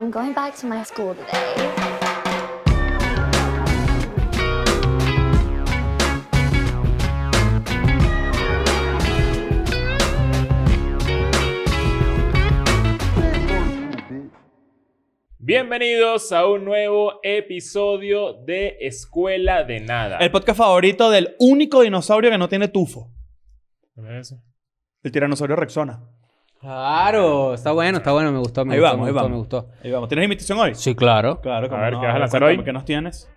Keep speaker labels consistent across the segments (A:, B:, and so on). A: I'm going back to my school today.
B: Bienvenidos a un nuevo episodio de Escuela de Nada.
C: El podcast favorito del único dinosaurio que no tiene tufo. El tiranosaurio Rexona.
D: Claro, está bueno, está bueno, me gustó, me
C: Ahí
D: gustó,
C: vamos,
D: me
C: ahí
D: gustó,
C: vamos.
D: me gustó.
C: Ahí vamos. ¿Tienes invitación hoy?
D: Sí, claro.
C: Claro. cómo
B: ver,
C: no.
B: ¿qué vas a lanzar
C: Cuéntame,
B: hoy?
C: ¿Qué nos tienes?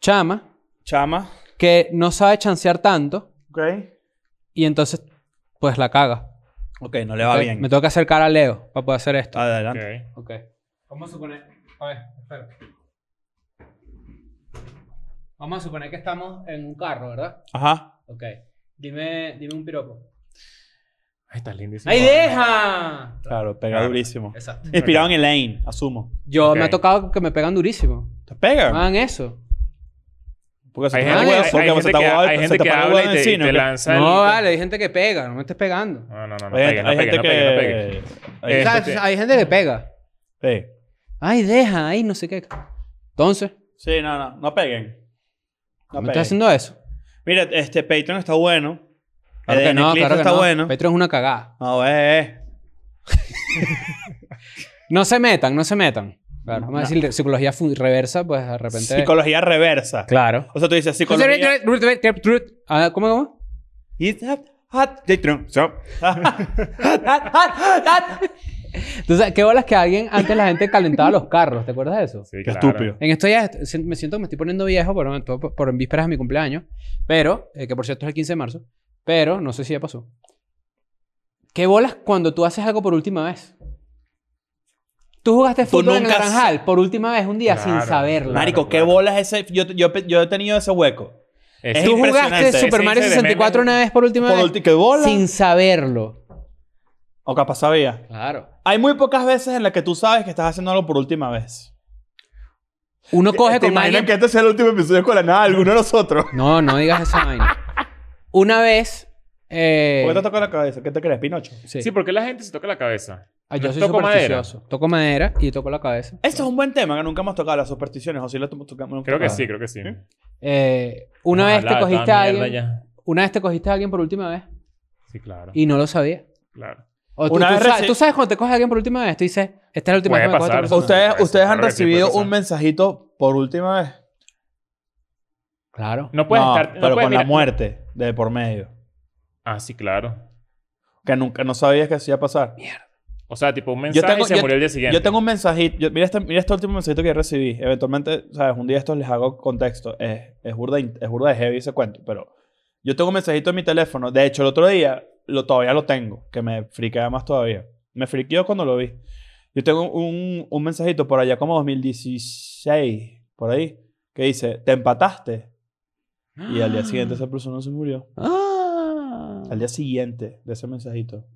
D: Chama,
C: Chama.
D: que no sabe chancear tanto
C: Ok.
D: y entonces, pues la caga.
C: Ok, no le va
D: Ok,
C: Ah, bien. Ah.
D: Me tengo que acercar a Leo para poder hacer esto.
C: Adelante.
B: Ok.
D: Ok. Vamos a suponer. A ver, espera. Vamos a suponer que estamos en un carro, ¿verdad?
C: Ajá.
D: Ok. Dime, dime un piropo.
B: Ay, estás lindísimo.
D: ¡Ahí deja!
C: Claro, pega
B: Claro.
C: durísimo.
D: Exacto.
C: Inspirado en Elaine, asumo.
D: Yo
B: Ok.
D: me ha tocado que me pegan durísimo.
C: ¿Te pega?
D: Hagan eso.
C: Porque se
B: Ah, Hay
C: te
B: gente,
C: pone
B: que-
C: huevo,
B: hay-
C: porque
B: hay gente
C: se te
B: que,
C: pone huevo-
B: hay
C: se
B: gente
C: te
B: que
C: pone
B: habla
C: huevo pues.
B: y te, y
C: encima,
B: te
C: ¿ok?
B: lanza el...
D: No, vale, hay gente que pega, no me estés pegando.
B: No, no, no, no
C: Hay
B: pegues,
C: gente-
B: no
C: hay
B: pegues,
C: gente
B: no pegues, no pegues.
C: que... hay
B: Eh,
C: gente-
D: ¿Sabes?
B: Este-
D: Hay gente que pega.
C: Sí.
D: Ay, deja, ay, no sé qué. Entonces,
C: Sí, no, no. No peguen. No
D: ¿me
C: peguen.
D: estás haciendo eso?
C: Mira, este Patreon está bueno. el
D: Claro que
C: de
D: no,
C: Niclito
D: claro que
C: Eh, está
D: no.
C: bueno.
D: Patreon es una cagada.
C: No, eh, eh.
D: No se metan, no se metan. Claro, vamos a
C: No.
D: decir de psicología fu- reversa, pues de repente.
C: Psicología reversa.
D: claro.
C: O sea, tú dices psicología.
D: Ah, ¿Cómo, cómo?
C: It's hot, hot, they drunk, so-
D: Entonces, qué bolas que alguien antes la gente calentaba los carros, ¿te acuerdas de eso?
B: Sí,
C: Qué
B: claro.
C: estúpido.
D: En estos días est- me siento que me estoy poniendo viejo por, todo por, por en vísperas de mi cumpleaños, pero, eh, que por cierto es el 15 de marzo, pero no sé si ya pasó. ¿Qué bolas cuando tú haces algo por última vez? Tú jugaste fútbol en el
C: nunca
D: Naranjal por última vez un día
B: Claro.
D: sin saberlo.
B: Claro,
C: Marico, qué
B: claro.
C: bola es ese. Yo, yo, yo he tenido ese hueco.
B: Es-
C: Es
D: Tú
C: impresionante.
D: jugaste Super
B: Ese
D: Mario
B: índice de
D: 64
B: memes-
D: una vez por última
C: Por
D: vez
C: ulti- ¿Qué bola?
D: sin saberlo.
C: O capaz sabía.
D: Claro.
C: Hay muy pocas veces en las que tú sabes que estás haciendo algo por última vez.
D: Uno coge
C: ¿Te
D: con
C: imaginas
D: alguien-
C: que este sea el último episodio con la nada de alguno de nosotros?
D: No, no digas esa vaina. Una vez... eh,
C: ¿Por qué te toca la cabeza? ¿Qué te crees, Pinocho?
D: sí.
B: Sí, porque la gente se toca la cabeza.
D: Ah,
B: No
D: yo soy
B: toco madera.
D: supersticioso. Toco madera y toco la cabeza.
C: Eso es un buen tema que nunca hemos tocado, las supersticiones. O sí lo hemos tocado. no hemos
B: Creo que
C: tocado.
B: sí, creo que sí.
D: Eh, una vez
B: Ojalá,
D: te cogiste
B: esta
D: a alguien.
B: mierda ya.
D: Una vez te cogiste a alguien por última vez
B: Sí, claro.
D: y no lo sabía.
B: claro.
D: O tú,
C: Una
D: tú
C: vez
D: sa-
C: reci-
D: tú sabes cuando te coges a alguien por última vez, tú dices, esta es la última
B: Puede
D: vez que me cojo a
B: pasar.
D: otra persona.
C: ¿Ustedes,
B: Claro,
C: ustedes han
B: claro que sí,
C: recibido
B: puede pasar.
C: un mensajito por última vez?
D: Claro.
B: No puedes estar... no
C: pero
B: puedes
C: con la
B: mirar-
C: muerte de por medio.
B: Ah, sí, claro.
C: Que nunca no sabías que se iba a pasar.
B: O sea, tipo un mensaje
C: tengo-
B: y se
C: yo-
B: murió el día siguiente.
C: Yo tengo un mensajito. yo- mira, este, mira este último mensajito que yo recibí. Eventualmente, ¿sabes? Un día estos les hago contexto. Es, es, burda, in- es burda de heavy ese cuento. Pero yo tengo un mensajito en mi teléfono. De hecho, el otro día lo, todavía lo tengo. Que me friquea más todavía. Me friqueó cuando lo vi. Yo tengo un, un mensajito por allá como 2016. Por ahí. Que dice, te empataste. Y al día siguiente esa persona se murió.
D: Ah.
C: Al día siguiente de ese mensajito.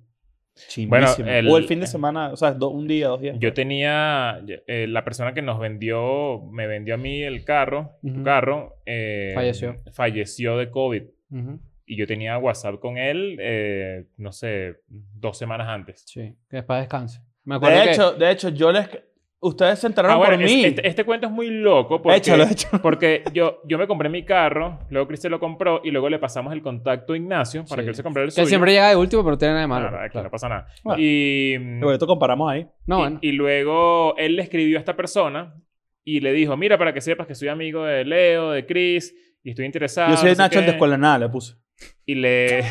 B: Bueno,
C: Chimbísimo.
B: el- eh.
C: o el fin de semana, o sea, do- un día, dos días.
B: Yo tenía... eh, la persona que nos vendió... Me vendió a mí el carro. Tu
D: Ujú.
B: carro. eh,
D: Falleció.
B: Falleció de COVID.
D: Ujú.
B: Y yo tenía WhatsApp con él, eh, no sé, dos semanas antes.
D: Sí, que después descanse. Me acuerdo
C: de,
D: que-
C: hecho, de hecho, yo les. Ustedes se enteraron
B: Ah, bueno,
C: por
B: es-
C: mí.
B: este, este cuento es muy loco porque,
C: Échalo, échalo.
B: porque yo, yo me compré mi carro, luego Cristian lo compró y luego le pasamos el contacto a Ignacio para
D: Sí.
B: que él se comprara el
D: que
B: suyo.
D: siempre llega de último, pero no tiene nada de
B: Ah,
D: malo.
B: nada, que
D: claro.
B: no pasa nada.
C: Bueno.
B: Y,
C: Bueno, esto comparamos ahí.
D: No,
B: y-
D: Ah, bueno.
B: y luego él le escribió a esta persona y le dijo, mira, para que sepas que soy amigo de Leo, de Chris, y estoy interesado.
C: yo soy
B: no sé
C: Nacho el de
B: qué".
C: escuela de nada, le puse.
B: Y le...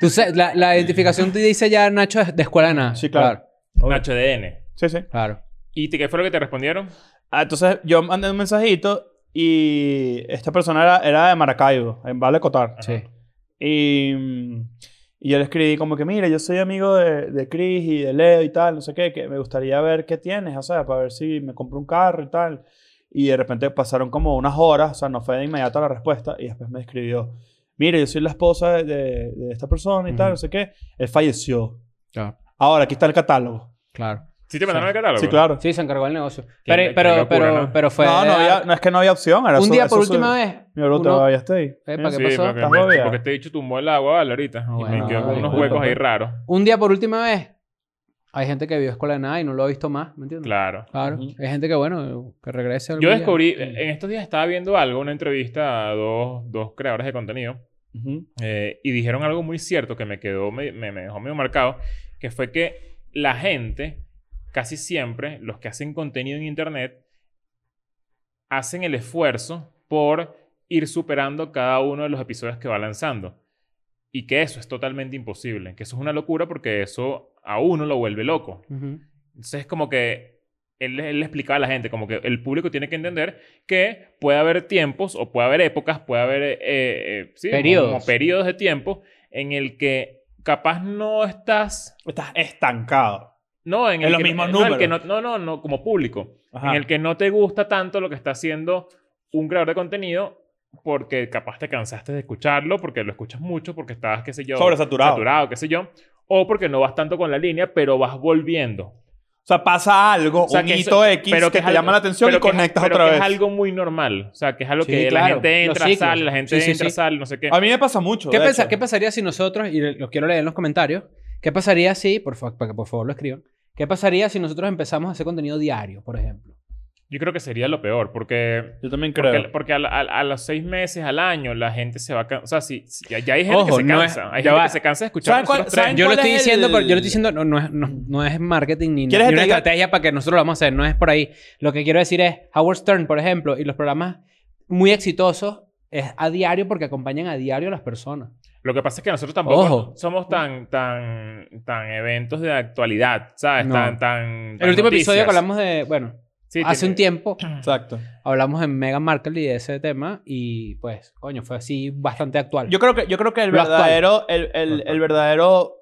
D: Tú sabes, la, la identificación te dice ya Nacho de de escuela de nada.
C: Sí, claro.
B: Nacho de N.
C: Sí, sí.
D: Claro.
B: ¿Y te- qué fue lo que te respondieron?
C: Ah, entonces yo mandé un mensajito y esta persona era, era de Maracaibo, en Vale Cotar.
B: Ajá.
D: Sí.
C: Y, mm, y yo le escribí como que, mira, yo soy amigo de, de Chris y de Leo y tal, no sé qué, que me gustaría ver qué tienes, o sea, para ver si me compro un carro y tal. Y de repente pasaron como unas horas, o sea, no fue de inmediato la respuesta, y después me escribió, mira, yo soy la esposa de, de- de esta persona y tal,
D: Ujú.
C: no sé qué. Él falleció.
D: Claro.
C: Ahora, aquí está el catálogo.
D: Claro.
B: ¿Sí te mandaron el catálogo?
C: Sí, claro.
D: Sí, se encargó del negocio.
B: Qué-
D: Pero,
B: qué
D: pero,
B: locura,
D: pero,
B: ¿no?
D: pero fue.
C: no, no, había- no es que no había opción. Era
D: un
C: eso-
D: día
C: eso
D: por
C: su-
D: última vez.
C: Mi bro,
D: uno-
C: todavía estoy.
D: Epa, ¿qué
B: Sí,
D: pasó?
B: porque,
C: ¿Estás
B: me-
C: jodida?
B: porque este bicho tumbó el agua, vale, ahorita.
D: Ah,
B: y me
D: bueno,
B: quedó con
D: vale.
B: unos huecos ahí raros.
D: Un día por última vez. Hay gente que vio Escuela de Nada y no lo ha visto más, ¿me entiendes?
B: Claro.
D: Claro.
C: Ujú. eh,
D: Hay gente que, bueno, que regrese. algún
B: Yo
D: día. Mm.
B: descubrí, en estos días estaba viendo algo, una entrevista a dos, dos creadores de contenido,
C: Ujú.
B: eh, y dijeron algo muy cierto que me quedó, me, me- me dejó medio marcado, que fue que la gente, casi siempre, los que hacen contenido en Internet, hacen el esfuerzo por ir superando cada uno de los episodios que va lanzando. Y que eso es totalmente imposible, que eso es una locura porque eso a uno lo vuelve loco.
D: Ujú.
B: Entonces es como que él, él le explicaba a la gente, como que el público tiene que entender que puede haber tiempos o puede haber épocas, puede haber eh, eh, sí, como-
D: Periodos.
B: como periodos de tiempo en el que capaz no estás,
C: Estás estancado.
B: no, en
C: En
B: el
C: los
B: que,
C: mismos
B: no, en el que
C: números.
B: no, no, no, no, como público,
C: Ajá.
B: en el que no te gusta tanto lo que está haciendo un creador de contenido porque capaz te cansaste de escucharlo, porque lo escuchas mucho, porque estabas, qué sé yo,
C: Sobresaturado.
B: saturado, qué sé yo, o porque no vas tanto con la línea, pero vas volviendo.
C: O sea, pasa algo,
B: O sea,
C: un
B: que eso-
C: hito X
B: pero
C: que,
B: es
C: te
B: algo-
C: llama la atención
B: pero
C: y
B: que es-
C: conectas
B: pero
C: otra
B: que
C: vez.
B: Es algo muy normal. O sea, que es algo
D: Sí,
B: que la
D: claro.
B: gente
D: Los
B: entra,
D: ciclos.
B: sale, la gente
D: Sí, sí,
B: entra,
D: sí.
B: sale, no sé qué.
C: A mí me pasa mucho.
D: ¿Qué,
C: de
D: pensa-
C: hecho.
D: qué pasaría si nosotros, y los quiero leer en los comentarios, qué pasaría si, por favor, para que por favor lo escriban, qué pasaría si nosotros empezamos a hacer contenido diario, por ejemplo?
B: Yo creo que sería lo peor, porque.
C: Yo también creo.
B: Porque, porque a, la- a- a los seis meses, al año, la gente se va a cansar. O sea, si, si- ya, ya hay gente
D: Ojo,
B: que se
D: no es-
B: cansa. hay
D: ya
B: gente
D: va.
B: que se cansa de escuchar.
C: ¿Saben cuál-
B: nosotros tres.
C: saben
D: Yo lo
C: cuál
D: estoy
C: es
D: diciendo,
C: el-
D: pero yo lo estoy diciendo, no, no es, no, no es marketing ni, ni
C: ¿Quieres que
D: una
C: te diga-
D: estrategia para que nosotros lo vamos a hacer, no es por ahí. Lo que quiero decir es, Howard Stern, por ejemplo, y los programas muy exitosos es a diario porque acompañan a diario a las personas.
B: Lo que pasa es que nosotros tampoco
D: Ojo.
B: somos tan, tan, tan eventos de actualidad, ¿sabes?
D: No.
B: Tan, tan, tan
D: El último episodio
B: noticias.
D: que hablamos de, bueno,
B: Sí,
D: hace
B: tiene-
D: un tiempo
C: Exacto.
D: hablamos de Meghan Markle y de ese tema y pues, coño, fue así bastante actual.
C: Yo creo que, yo creo que el
D: Lo actual.
C: verdadero, el, el-
D: Lo
C: el
D: actual.
C: verdadero,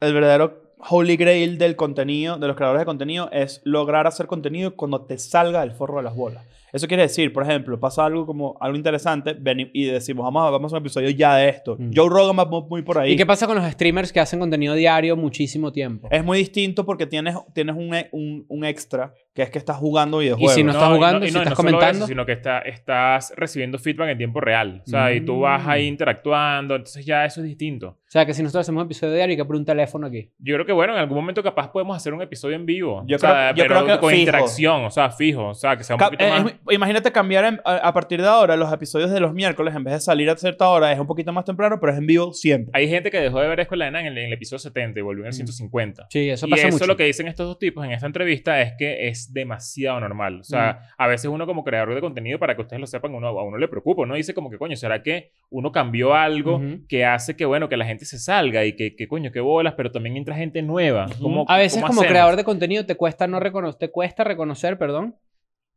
C: el verdadero holy grail del contenido, de los creadores de contenido, es lograr hacer contenido cuando te salga del forro de las bolas. Eso quiere decir, por ejemplo, pasa algo como algo interesante veni- y decimos, vamos a, vamos a hacer un episodio ya de esto.
D: Mm.
C: Joe Rogan va mu- muy por ahí.
D: ¿Y qué pasa con los streamers que hacen contenido diario muchísimo
B: Eh.
D: tiempo?
C: Es muy distinto porque tienes, tienes un, e- un- un extra, que es que estás jugando videojuegos.
D: si no- estás
B: y
D: jugando,
B: y
D: si estás
B: solo
D: comentando.
B: sino que está- estás recibiendo feedback en tiempo real. O sea, y tú vas
D: Mm.
B: ahí interactuando, entonces ya eso es distinto.
D: O sea, que si nosotros hacemos un episodio diario, hay que poner un teléfono aquí.
B: Yo creo que, bueno, en algún momento capaz podemos hacer un episodio en vivo.
C: Yo
B: o sea,
C: creo- yo
B: pero
C: creo que
B: con
C: fijo.
B: interacción, o sea, fijo. O sea, que sea un
C: Ca-
B: poquito
C: eh,
B: más...
C: es- imagínate cambiar en- a, a partir de ahora los episodios de los miércoles, en vez de salir a cierta hora, es un poquito más temprano, pero es en vivo siempre.
B: Hay gente que dejó de ver Escuela de Nada en el, en el episodio 70 y volvió en el 150.
D: Sí, Mm. eso
B: y
D: pasa
B: eso
D: mucho.
B: lo que dicen estos dos tipos en esta entrevista es que es demasiado normal. O sea,
D: Mm.
B: a veces uno como creador de contenido, para que ustedes lo sepan, uno, a uno le preocupa. Uno dice como que, coño, ¿será que uno cambió algo
D: Ujú.
B: que hace que, bueno, que la gente se salga y que, que coño, que bolas, pero también entra gente nueva? ¿Cómo-
D: A veces
B: cómo
D: como
B: hacemos?
D: creador de contenido te cuesta no reconocer, te cuesta reconocer, perdón,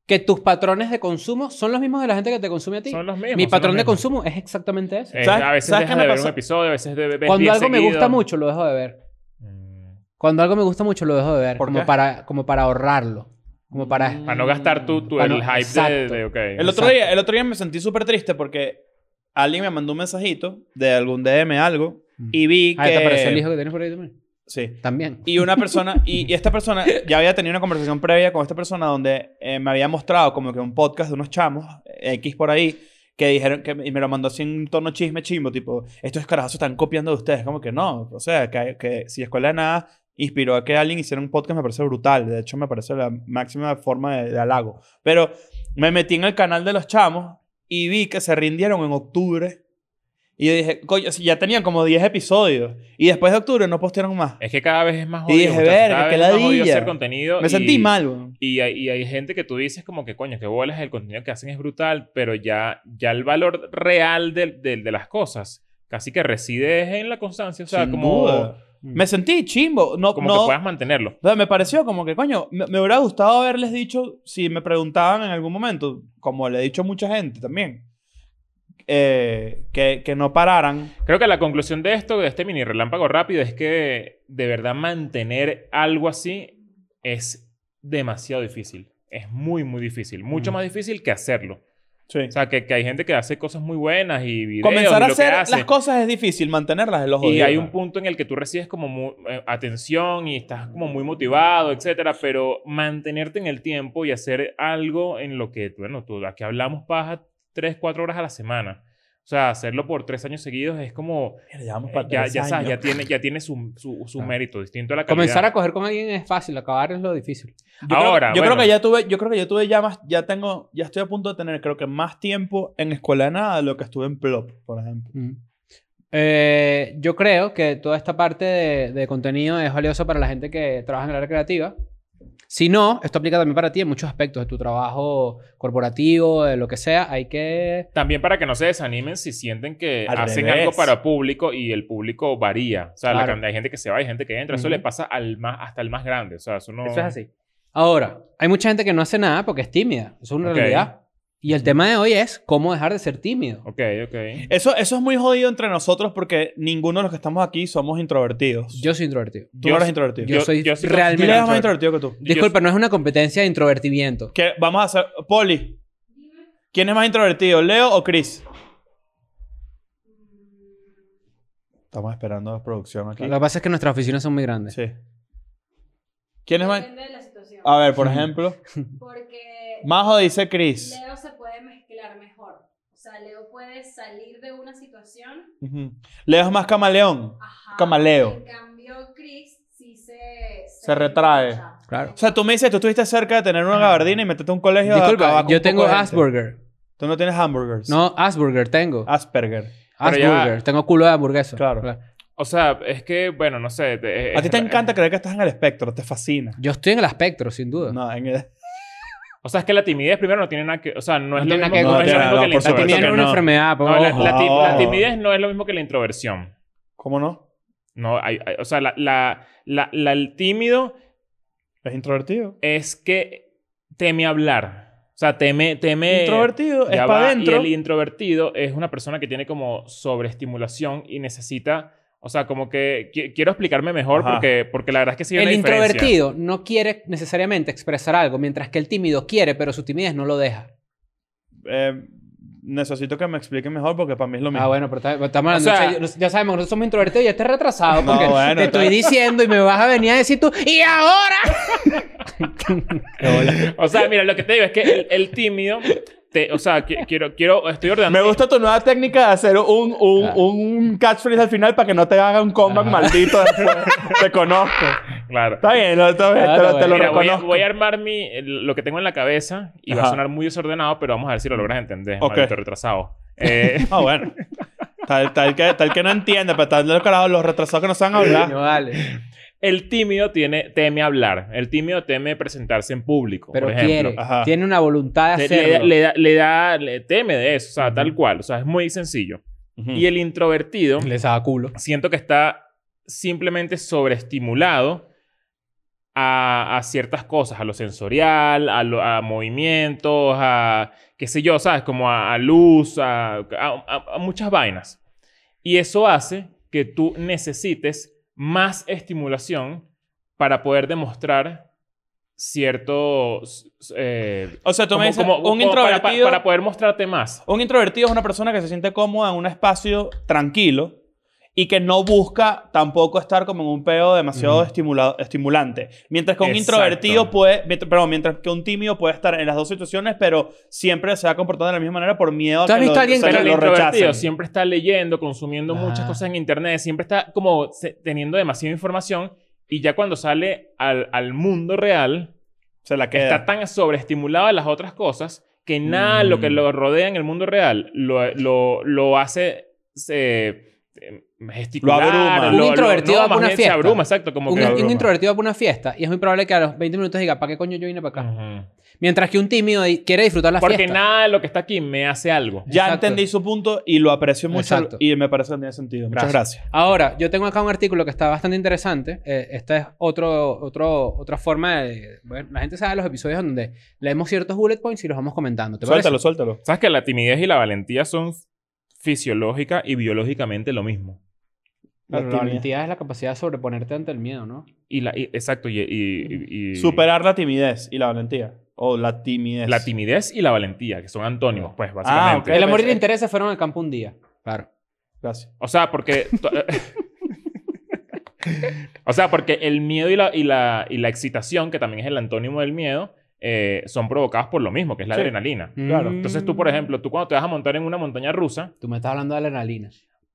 D: que tus patrones de consumo son los mismos de la gente que te consume a ti.
B: Son los mismos.
D: Mi
B: son
D: patrón
B: los
D: de
B: mismos.
D: consumo es exactamente eso.
B: Eh,
C: ¿Sabes-
B: a veces
C: sabes
B: dejas
C: qué
B: de
C: me
B: ver un
C: pasa?
B: episodio, a veces de, ves
D: Cuando
B: 10
D: algo me
B: seguidos.
D: gusta mucho, lo dejo de ver.
B: Mm,
D: Cuando algo me gusta mucho, lo dejo de ver.
C: ¿Por
D: Como
C: qué?
D: para, como para ahorrarlo. Como para...
B: Para no gastar tu, tu-
D: Para no-
B: el hype de,
D: exacto.
B: de, ok.
C: El otro,
D: Exacto.
C: día, el otro día me sentí súper triste porque alguien me mandó un mensajito de algún DM algo y vi que...
D: Ah, ¿te apareció el hijo que tienes por ahí también?
C: Sí.
D: También.
C: Y una persona, y, y esta persona, ya había tenido una conversación previa con esta persona donde eh, me había mostrado como que un podcast de unos chamos, X por ahí, que dijeron, que, y me lo mandó así en tono chisme chimbo, tipo, estos carajos están copiando de ustedes, como que no, o sea, que, que si Escuela de Nada inspiró a que alguien hiciera un podcast me parece brutal, de hecho me parece la máxima forma de, de halago, pero me metí en el canal de los chamos y vi que se rindieron en octubre. Y yo dije, coño, si ya tenían como 10 episodios. Y después de octubre no postearon más.
B: Es que cada vez es más
C: Y
B: jodido.
C: dije,
B: muchachos,
C: verga,
B: cada vez
C: qué
B: es más jodido
C: ladilla.
B: hacer contenido
C: Me
B: y-
C: sentí mal, weón.
B: Y hay, y hay gente que tú dices como que, coño, que bolas, el contenido que hacen es brutal, pero ya, ya el valor real del- del- de, las cosas casi que reside es en la constancia. O sea,
C: Sin
B: como,
C: duda. Me sentí chimbo. No,
B: como
C: no,
B: que puedas mantenerlo.
C: o sea, me pareció como que, coño, me, me hubiera gustado haberles dicho, si me preguntaban en algún momento, como le he dicho a mucha gente también, eh, que, que no pararan.
B: Creo que la conclusión de esto, de este mini relámpago rápido, es que de verdad mantener algo así es demasiado difícil. Es muy, muy difícil. Mucho
D: Mm.
B: más difícil que hacerlo.
C: Sí.
B: O sea, que, que hay gente que hace cosas muy buenas y videos
C: Comenzar
B: y
C: a
B: lo que
C: hacer
B: hace.
C: las cosas es difícil, mantenerlas es lo
B: Y
C: jodido.
B: hay un punto en el que tú recibes como mu- eh, atención y estás como muy motivado, etcétera, pero mantenerte en el tiempo y hacer algo en lo que, bueno, tú, aquí hablamos paja tres, cuatro horas a la semana. O sea, hacerlo por tres años seguidos es como...
C: Mira, Eh, ya vamos para
B: Eh, ya,
C: tres
B: ya sabes,
C: años. Ah.
B: ya tiene, ya tiene su, su, su
C: Claro.
B: mérito, distinto a la calidad.
D: Comenzar a coger con alguien es fácil, acabar es lo difícil.
C: Yo
B: Ahora,
C: creo, yo
B: bueno.
C: creo que ya tuve, yo creo que ya tuve ya más, ya tengo, ya estoy a punto de tener, creo que más tiempo en escuela de nada de lo que estuve en Plop, por ejemplo.
D: Mm. Eh, yo creo que toda esta parte de, de contenido es valiosa para la gente que trabaja en el área creativa. Si no, esto aplica también para ti en muchos aspectos de tu trabajo corporativo, de lo que sea. Hay que.
B: También para que no se desanimen si sienten que
C: Al
B: hacen
C: revés.
B: algo para público y el público varía. O sea, la
D: Claro.
B: cantidad- hay gente que se va, hay gente que entra. Eso
D: Ujú.
B: le pasa al más, hasta el más grande. O sea, eso no...
D: Ahora, hay mucha gente que no hace nada porque es tímida. Eso es una
B: Ok.
D: realidad. Y el tema de hoy es cómo dejar de ser tímido.
B: Ok, ok.
C: Eso, eso es muy jodido entre nosotros porque ninguno de los que estamos aquí somos introvertidos.
D: Yo soy introvertido.
B: yo-
C: Tú no eres introvertido.
D: Yo,
B: Yo-
D: soy
B: yo sí-
C: Yo
D: realmente.
C: le más
D: introvertido.
C: introvertido que tú.
B: Yo-
D: Disculpa, no es una competencia de introvertimiento.
C: ¿Qué vamos a hacer? Poli. ¿Quién es más introvertido, Leo o Chris? Estamos esperando a producción aquí.
D: Lo que pasa es que nuestras oficinas son muy grandes.
C: Sí. ¿Quién es más?
E: Depende de la situación.
C: A ver, por ejemplo,
E: Porque
C: Majo dice Chris.
E: Leo se puede mezclar mejor. O sea, Leo puede salir de una situación.
C: Ujú. Leo es más camaleón.
E: Ajá.
C: Camaleo.
E: En cambio, Chris sí se.
C: Se retrae.
E: engancha.
D: Claro.
C: O sea, tú me dices, tú estuviste cerca de tener una gabardina y meterte a un colegio. a acabar
D: Disculpa,
C: con
D: yo
C: un poco
D: tengo
C: de gente.
D: Asperger.
C: Tú no tienes hamburgers.
D: No, Asperger tengo.
C: Asperger.
B: Pero ya-
D: Asperger. Tengo culo de hamburguesa.
C: Ah, Claro.
B: O sea, es que, bueno, no sé. eh, te-
C: A ti te
B: es-
C: encanta creer que estás en el espectro, te fascina.
D: Yo estoy en el espectro, sin duda.
C: No, en el-
B: O sea, es que la timidez primero no tiene nada que... O sea, no es lo
D: No tiene
B: mismo
D: nada que
B: no
D: ver
B: es lo
D: con-
B: mismo que la
C: por
D: La
C: supuesto
D: timidez
B: introversión.
D: no es
C: que
D: una
C: no.
D: enfermedad.
B: No,
D: papá.
B: la, la ti- la
C: Ojo.
B: timidez no es lo mismo que la introversión.
C: ¿Cómo no?
B: No, hay- hay- o sea, la, la, la- la- el tímido
C: Es introvertido.
B: es que teme hablar. O sea, teme... teme
C: introvertido, es
B: Eh, Ya
C: para
B: va, Y
C: adentro.
B: el introvertido es una persona que tiene como sobreestimulación y necesita, o sea, como que qui- quiero explicarme mejor
C: Ajá.
B: porque, porque la verdad es que sí hay
D: el
B: una diferencia.
D: introvertido no quiere necesariamente expresar algo, mientras que el tímido quiere, pero su timidez no lo deja.
C: Eh, necesito que me expliquen mejor porque para mí es lo mismo.
D: Ah, bueno, pero está- estamos
B: O
D: hablando.
B: sea-
D: o sea, yo- ya sabemos, nosotros somos introvertidos y este es retrasado.
C: No,
D: Porque
C: bueno,
D: te
C: está-
D: estoy diciendo y me vas a venir a decir tú, ¡y ahora!
B: O sea, mira, lo que te digo es que el, el tímido, te- o sea, qui- quiero, quiero, estoy ordenando.
C: Me gusta tu nueva técnica de hacer un, un,
D: Claro.
C: un catchphrase al final para que no te haga un comeback
D: Ajá.
C: maldito después. te conozco.
B: Claro.
C: Está bien, lo- está bien,
D: Claro,
C: te, lo- te lo
B: Mira, voy, a,
C: reconozco.
B: voy a armar mi, el- lo que tengo en la cabeza y va
C: Ajá.
B: a sonar muy desordenado, pero vamos a ver si lo logras entender.
C: Ok.
B: maldito retrasado. Eh,
C: Ah, bueno. Tal, tal que, tal que no entiende, pero tal los carajos, los retrasados que no saben
D: No,
C: hablar.
D: vale.
B: el tímido tiene, teme hablar. El tímido teme presentarse en público,
D: Pero
B: por ejemplo.
D: quiere.
C: Ajá.
D: Tiene una voluntad de
B: Le- le, da-
D: hacerlo.
B: le da, le da- le teme de eso, o sea, tal cual, o sea, es muy sencillo. Y el introvertido,
D: Les da culo.
B: siento que está simplemente sobreestimulado a, a ciertas cosas, a lo sensorial, a, lo- a movimientos, a qué sé yo, ¿sabes? Como a, a luz, a, a- a- a muchas vainas. Y eso hace que tú necesites más estimulación para poder demostrar ciertos... eh,
C: O sea, tú
B: como-
C: me dices,
B: como-
C: un
B: como para-
C: introvertido.
B: Para, para poder mostrarte más.
C: Un introvertido es una persona que se siente cómoda en un espacio tranquilo y que no busca tampoco estar como en un pedo demasiado
B: Ujú.
C: estimula- estimulante. Mientras que un
B: Exacto.
C: introvertido puede, mientras, perdón, mientras que un tímido puede estar en las dos situaciones, pero siempre se va comportando de la misma manera por miedo a que
D: ¿Tú has visto
C: lo,
D: a alguien
C: o sea,
B: Pero
D: que
B: el
C: lo
B: introvertido
C: rechacen.
B: siempre está leyendo, consumiendo muchas
D: Ah.
B: cosas en internet, siempre está como se- teniendo demasiada información y ya cuando sale al, al mundo real
C: se la queda.
B: está tan sobreestimulado de las otras cosas que nada de lo que
C: Mm.
B: lo rodea en el mundo real lo, lo, lo hace se, eh, gesticular.
C: abruma. Un
D: introvertido va
B: más
D: para una
B: bien
D: fiesta.
B: Se abruma, exacto. Como
D: Un,
B: que...
C: la broma.
D: un introvertido va para una fiesta y es muy probable que a los 20 minutos diga, ¿para qué coño yo vine para acá?
B: Ujú.
D: Mientras que un tímido di- quiere disfrutar la
B: Porque
D: fiesta.
B: nada de lo que está aquí me hace algo.
C: ya
D: Exacto.
C: entendí su punto y lo aprecio mucho
D: Exacto.
C: y me parece que tiene sentido. Muchas gracias.
D: Ahora, yo tengo acá un artículo que está bastante interesante. Eh, esta es otro, otro, otra forma de... Bueno, la gente sabe los episodios donde leemos ciertos bullet points y los vamos comentando. ¿Te
C: Suéltalo,
D: parece?
C: suéltalo.
B: ¿Sabes que la timidez y la valentía son fisiológica y biológicamente lo mismo?
D: Pero la
C: Timidez.
D: valentía es la capacidad de sobreponerte ante el miedo, ¿no?
B: Y la, y- exacto, y, y- y- y-
C: Superar la timidez y la valentía. O la timidez.
B: la timidez y la valentía, que son antónimos, pues, básicamente.
C: Ah, ok.
D: El amor y el
C: pensé-
D: interés se fueron al campo un día. Claro.
C: Gracias.
B: O sea, porque. to- o sea, porque el miedo y la, y, la, y la excitación, que también es el antónimo del miedo, eh, son provocadas por lo mismo, que es la
C: Sí.
B: adrenalina.
C: Claro.
D: Mm.
B: Entonces tú, por ejemplo, tú cuando te vas a montar en una montaña rusa,
D: Tú me estás hablando de adrenalina.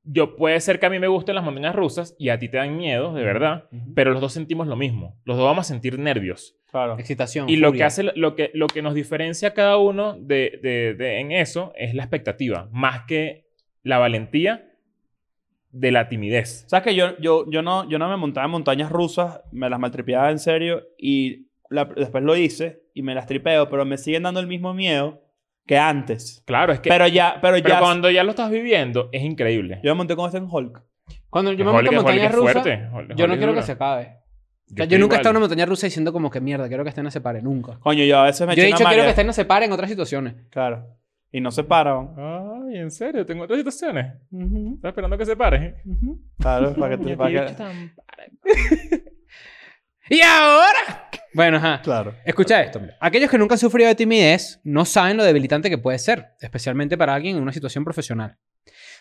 B: yo puede ser que a mí me gusten las montañas rusas y a ti te dan miedo, de verdad, pero los dos sentimos lo mismo. Los dos vamos a sentir nervios.
C: Claro.
D: Excitación.
B: Y lo
D: furia.
B: que, hace, lo, que, lo que nos diferencia a cada uno de, de- de- en eso es la expectativa, más que la valentía de la timidez.
C: ¿Sabes que yo, yo, yo, no, yo no me montaba en montañas rusas, me las maltripeaba en serio y la- después lo hice y me las tripeo, pero me siguen dando el mismo miedo que antes.
B: Claro, es que... Pero,
C: Pero ya, pero, ya.
B: cuando ya lo estás viviendo, es increíble.
C: Yo me monté con este en Hulk.
D: Cuando yo me monto en montaña rusa, yo no quiero que se acabe. O sea, yo nunca he estado en una montaña rusa diciendo como que mierda, quiero que esta no se pare, nunca.
C: Coño, yo a veces me
D: Yo he
C: eché una
D: dicho quiero
C: marea.
D: que esta no se pare en otras situaciones.
C: Claro. Y no se paran.
B: Ay, ¿en serio? ¿Tengo otras situaciones? ¿Estás esperando que se pare?
C: Claro, para que te. Para que...
D: ¡Y ahora! Bueno, ajá.
C: Claro.
D: Escucha esto. mira. Aquellos que nunca han sufrido de timidez no saben lo debilitante que puede ser, especialmente para alguien en una situación profesional.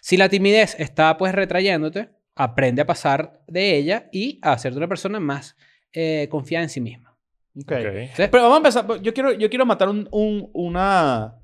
D: Si la timidez está pues retrayéndote, aprende a pasar de ella y a hacerte una persona más eh, confiada en sí misma.
C: ok.
B: Ok.
D: ¿Ves?
C: Pero vamos a empezar. por- Yo quiero, yo quiero matar un, un- una.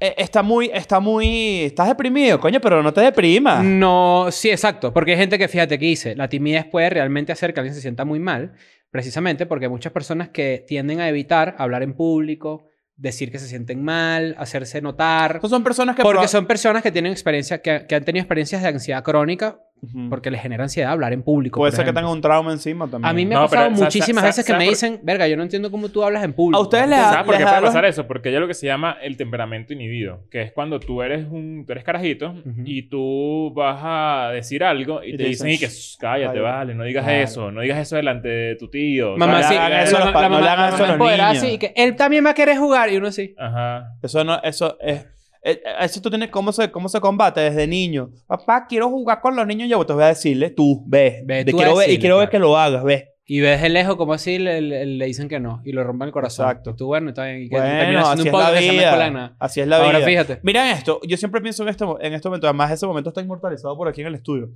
C: Eh, Está muy, está muy. Estás deprimido, coño, pero no te deprimas.
D: Mm. No, sí, exacto. Porque hay gente que, fíjate, que dice, la timidez puede realmente hacer que alguien se sienta muy mal, precisamente porque hay muchas personas que tienden a evitar hablar en público, decir que se sienten mal, hacerse notar.
C: Estos son personas Pues, que.
D: Porque
C: proba-
D: son personas que tienen experiencia, que, que han tenido experiencias de ansiedad crónica
C: Ujú.
D: porque les genera ansiedad hablar en público.
C: Puede
D: por
C: ser que
D: ejemplo.
C: tengan un trauma encima también.
D: A mí me ha
B: No,
D: pasado
B: pero, o sea,
D: muchísimas
B: sa-
D: veces que
B: sa-
D: me
B: por-
D: dicen, verga, yo no entiendo cómo tú hablas en público.
C: A ustedes les ha-
B: ¿Sabes por qué
C: les
B: puede
C: daba-
B: pasar eso? Porque hay algo que se llama el temperamento inhibido, que es cuando tú eres un, tú eres carajito
D: Ujú.
B: y tú vas a decir algo y, te, dicen, y que "Shh, cállate,
C: cállate".
B: vale, no digas
C: Claro.
B: eso, no digas eso delante de tu tío.
D: Mamá,
C: No le
D: sí,
C: hagan
D: la-
C: eso a
D: la-
C: los
D: la
C: pa- no le
D: mamá-
C: hagan eso
D: la
C: a
D: mamá
C: los
D: empoderada,
C: niños.
D: sí, y que él también va a querer jugar y uno sí.
B: Ajá.
C: Eso no, eso es. eh, eh, Eso tú tienes, ¿cómo se, ¿cómo se combate desde niño? Papá, quiero jugar con los niños. Yo te voy a decirle, tú, ve.
D: Ve
C: Te
D: tú a
C: quiero ver- y
D: decirle,
C: quiero ver
D: claro.
C: que lo hagas, ve.
D: Y ves de lejos como así le, le- le dicen que no y le rompen el corazón.
C: Exacto.
D: Y tú, bueno, está bien. Y que
C: Bueno,
D: terminas haciendo
C: así
D: un
C: es la
D: podcast que se llama Escuela de
C: vida.
D: Nada.
C: Así es la vida.
D: Ahora fíjate.
C: Mira esto, yo siempre pienso en este, mo- en este momento, además ese momento está inmortalizado por aquí en el estudio.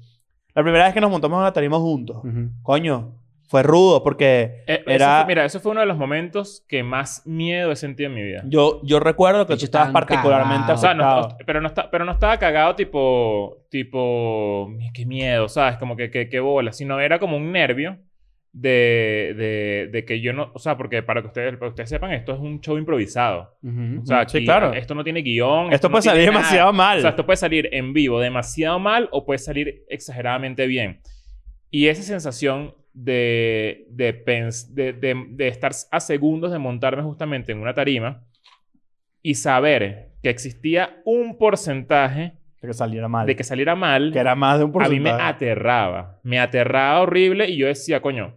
C: La primera vez que nos montamos en la tarima juntos,
B: Mm.
D: Ujú.
C: coño, fue rudo porque
B: Eh, eso
C: Era-
B: fue- mira, eso fue uno de los momentos que más miedo he sentido en mi vida.
C: yo, yo recuerdo que
D: Bicho,
C: tú estabas
D: estaban
C: particularmente
D: cagados.
B: O sea, no-
C: afectado.
B: no- pero, no está, pero no estaba cagado tipo, tipo, qué miedo, ¿sabes? Como que, que, que bola, sino era como un nervio de, de, de que yo no, o sea, porque para que ustedes, para que ustedes sepan, esto es un show improvisado.
D: Ujú.
B: O sea,
C: Ujú, sí,
B: aquí,
C: claro.
B: esto no tiene guión.
C: Esto
B: no
C: puede
B: tiene
C: salir
B: nada.
C: demasiado mal.
B: O sea, esto puede salir en vivo demasiado mal o puede salir exageradamente bien. Y esa sensación de, de, pens- de, de- de estar a segundos de montarme justamente en una tarima y saber que existía un porcentaje
C: que saliera mal.
B: de que saliera mal,
C: que era más de un
B: a mí me
C: porcentaje.
B: aterraba. Me aterraba horrible y yo decía, coño,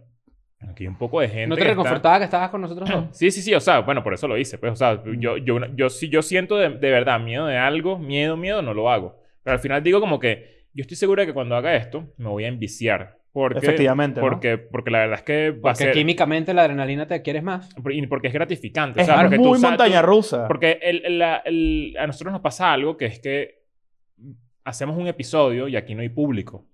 B: aquí hay un poco de gente.
D: ¿No te
B: que está-
D: reconfortaba que estabas con nosotros dos?
B: Sí, sí, sí, o sea, bueno, por eso lo hice, pues, o sea,
C: Mm.
B: yo, yo, yo, si yo siento de, de verdad miedo de algo, miedo, miedo, no lo hago. Pero al final digo como que yo estoy segura de que cuando haga esto me voy a enviciar. Porque,
C: Efectivamente, ¿no?
B: Porque, porque la verdad es que va a
D: Porque
B: ser...
D: químicamente la adrenalina te quieres más.
B: Y porque es gratificante.
C: es
B: o sea, porque tú
C: muy
B: sabes- tú-
C: montaña rusa.
B: porque el- el- la- el- a nosotros nos pasa algo que es que hacemos un episodio y aquí no hay público.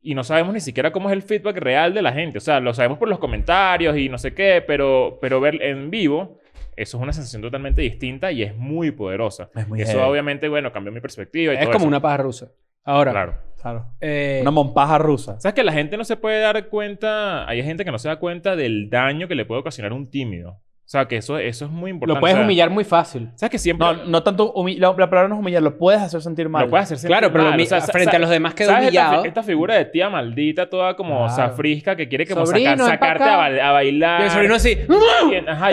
B: Y no sabemos ni siquiera cómo es el feedback real de la gente. O sea, lo sabemos por los comentarios y no sé qué, pero, pero ver en vivo, eso es una sensación totalmente distinta y es muy poderosa.
C: Es muy
B: eso
C: heavy.
B: obviamente, bueno, cambió mi perspectiva y
D: Es
B: todo
D: como
B: eso.
D: una paja rusa. Ahora,
B: Claro.
C: Claro.
D: eh,
C: Una monpaja rusa.
B: ¿Sabes que la gente no se puede dar cuenta? Hay gente que no se da cuenta del daño que le puede ocasionar un tímido. O sea, que eso, eso es muy importante.
D: lo puedes
B: O sea,
D: humillar muy fácil.
B: ¿Sabes que siempre...
C: No, no tanto humi- la, la palabra no es humillar, lo puedes hacer sentir mal.
B: Lo puedes hacer sentir
D: Claro, pero lo
B: mal.
D: humi-
B: O sea, sa-
D: frente
B: sa-
D: a los demás quedó
B: ¿Sabes esta,
D: humillado.
B: fi- esta figura de tía maldita, toda como
D: Claro.
B: safrisca, que quiere como
D: Sobrino,
B: sacar-
D: ven pa'
B: sacarte
D: acá.
B: a, ba- a bailar?
D: Y
C: Ah.
D: el sobrino así.
B: Y en- ajá,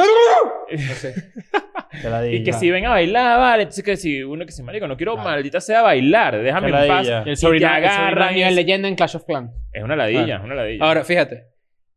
D: No sé.
C: Qué ladilla.
B: Y que si ven a bailar, vale. Entonces que si uno que se marico, no quiero maldita sea bailar, déjame
C: Qué
B: en paz.
C: ladilla.
D: Y
B: Y te
D: el sobrino, el sobrino
B: agarran
D: a
B: y
D: nivel
B: es,
D: leyenda en Clash of Clans.
B: es una ladilla,
D: Claro.
B: es una ladilla.
D: Ahora, fíjate.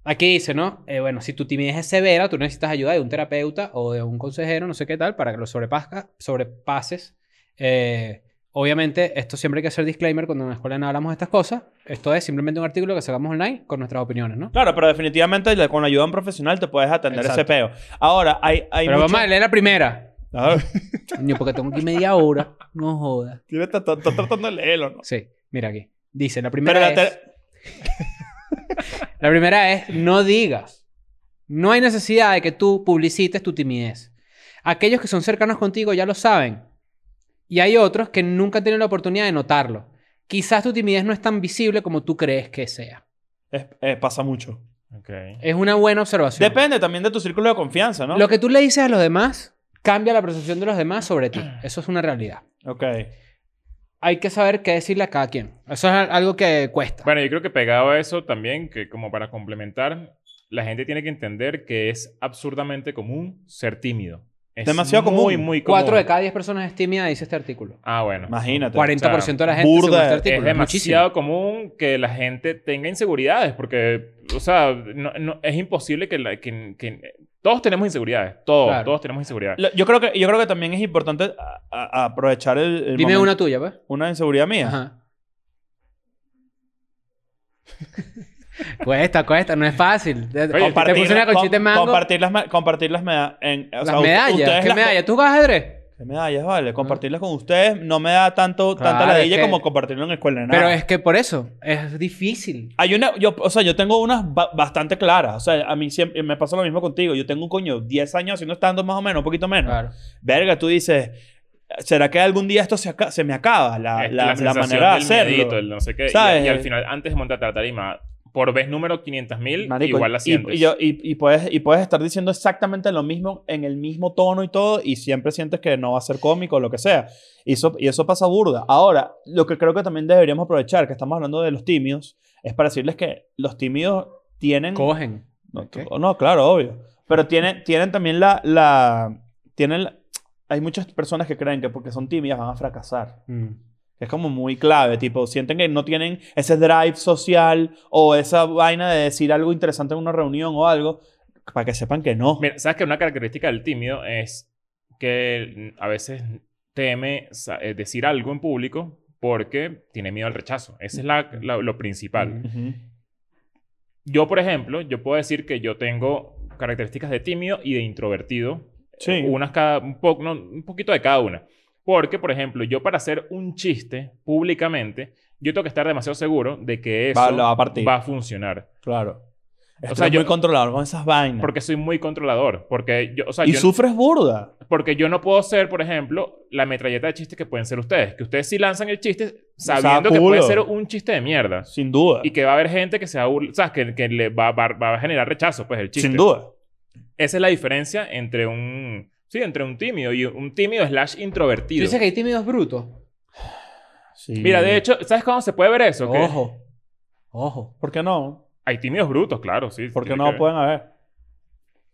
D: Aquí dice, ¿no? Eh, bueno, si tu timidez es severa, tú necesitas ayuda de un terapeuta o de un consejero, no sé qué tal, para que lo sobrepasca- sobrepases. Eh, obviamente, esto siempre hay que hacer disclaimer cuando en la escuela no hablamos de estas cosas. Esto es simplemente un artículo que sacamos online con nuestras opiniones, ¿no?
C: Claro, pero definitivamente la- con la ayuda de un profesional te puedes atender
D: Exacto.
C: ese peo. Ahora, hay, hay
D: Pero
C: mucho-
D: vamos a leer la primera.
C: A ver,
D: Coño, porque tengo aquí media hora. No jodas.
C: tiene- está está- está tratando de leerlo, ¿no?
D: Sí, mira aquí. Dice, la
C: Pero
D: primera
C: la
D: es...
C: ter-
D: La primera es, no digas. No hay necesidad de que tú publicites tu timidez. Aquellos que son cercanos contigo ya lo saben. Y hay otros que nunca han tenido la oportunidad de notarlo. Quizás tu timidez no es tan visible como tú crees que sea.
C: Es- eh, pasa mucho.
B: Ok.
D: Es una buena observación.
C: Depende también de tu círculo de confianza, ¿no?
D: Lo que tú le dices a los demás cambia la percepción de los demás sobre ti. Eso es una realidad.
C: Ok.
D: Hay que saber qué decirle a cada quien. Eso es al- algo que cuesta.
B: Bueno, yo creo que pegado a eso también, que como para complementar, la gente tiene que entender que es absurdamente común ser tímido. Es
C: Demasiado
B: muy,
C: común.
B: Muy, común.
D: Cuatro de cada diez personas es tímida, dice este artículo.
B: Ah, bueno.
C: Imagínate.
D: 40% de la gente
C: burda,
D: según este
C: es
B: Es
D: artículo. Muchísimo.
B: demasiado común que la gente tenga inseguridades porque, o sea, no- no- es imposible que, la- que- que- Todos tenemos inseguridades. Todos,
D: Claro.
B: todos tenemos inseguridades.
C: Lo- Yo creo que, yo creo que también es importante a- a- a aprovechar el, el
D: Dime
C: momento-
D: una tuya, pues.
C: una inseguridad mía.
D: Ajá. cuesta, cuesta, no es fácil. Te,
B: Oye,
D: te puse una
C: com-
D: colchita de mango.
C: compartir las, me- compartir las, meda- en, o
D: las
C: sea, u-
D: medallas.
C: ustedes
D: ¿Qué
C: las-
D: medallas? ¿Tú juegas ajedrez?
C: ¿Qué medallas, vale? Compartirlas con ustedes no me da tanto, tanta
D: Ah. Claro, es
C: ladilla
D: que-
C: como compartirlo en la escuela. de nada.
D: Pero es que por eso es difícil.
C: Hay una, yo, o sea, yo tengo unas ba- bastante claras. O sea, a mí siempre me pasa lo mismo contigo. Yo tengo un coño 10 años haciendo stand más o menos, un poquito menos.
D: Claro.
C: Verga, tú dices, ¿será que algún día esto se, aca- se me acaba? La,
B: Es
C: la- la
B: sensación
C: manera de
B: del
C: hacerlo.
B: miedito, el no sé qué. Y-
C: ¿Sabes?
B: Y, al final, antes de montarte a la tarima, por vez número 500 mil,
C: Marico,
B: igual la
C: y-
B: sientes.
C: Y, yo- y- y puedes, y puedes estar diciendo exactamente lo mismo en el mismo tono y todo, y siempre sientes que no va a ser cómico o lo que sea. Y eso, y eso pasa burda. Ahora, lo que creo que también deberíamos aprovechar, que estamos hablando de los tímidos, es para decirles que los tímidos tienen.
D: Cogen.
C: No,
D: Ok.
C: tú- no, claro, obvio. Pero tienen, tienen también la. la tienen la- hay muchas personas que creen que porque son tímidas van a fracasar.
D: Mm.
C: Es como muy clave, tipo, sienten que no tienen ese drive social o esa vaina de decir algo interesante en una reunión o algo, para que sepan que no.
B: Mira, sabes que una característica del tímido es que mm, a veces teme sa- eh, decir algo en público porque tiene miedo al rechazo. Ese es la- la- lo principal.
D: Ujú.
C: Ujú.
B: Yo, por ejemplo, yo puedo decir que yo tengo características de tímido y de introvertido.
C: Sí.
B: Eh, Unas cada, un, po- no, un poquito de cada una. Porque, por ejemplo, yo para hacer un chiste públicamente, yo tengo que estar demasiado seguro de que eso
C: Va- lo va a partir.
B: va a funcionar.
C: Claro. Estoy
B: sea, yo-
C: muy controlador con esas vainas.
B: Porque soy muy controlador. Porque yo, o sea,
C: y
B: yo-
C: sufres burda.
B: porque yo no puedo ser, por ejemplo, la metralleta de chistes que pueden ser ustedes. Que ustedes sí lanzan el chiste sabiendo que
C: culo.
B: puede ser un chiste de mierda.
C: Sin duda.
B: Y que va a haber gente que se va a burlar. ¿Sabes? Que, que le va, va- va a generar rechazo, pues, el chiste.
C: Sin duda.
B: Esa es la diferencia entre un... Sí, entre un tímido y un tímido slash
D: Tú
B: introvertido.
D: dices que hay tímidos brutos.
C: Sí.
B: Mira, de hecho, ¿sabes cómo se puede ver eso? Que
C: Ojo.
D: Ojo.
C: ¿Por qué no?
B: Hay tímidos brutos, claro, sí.
C: ¿Por qué
B: tiene
C: no
B: que-
C: pueden haber?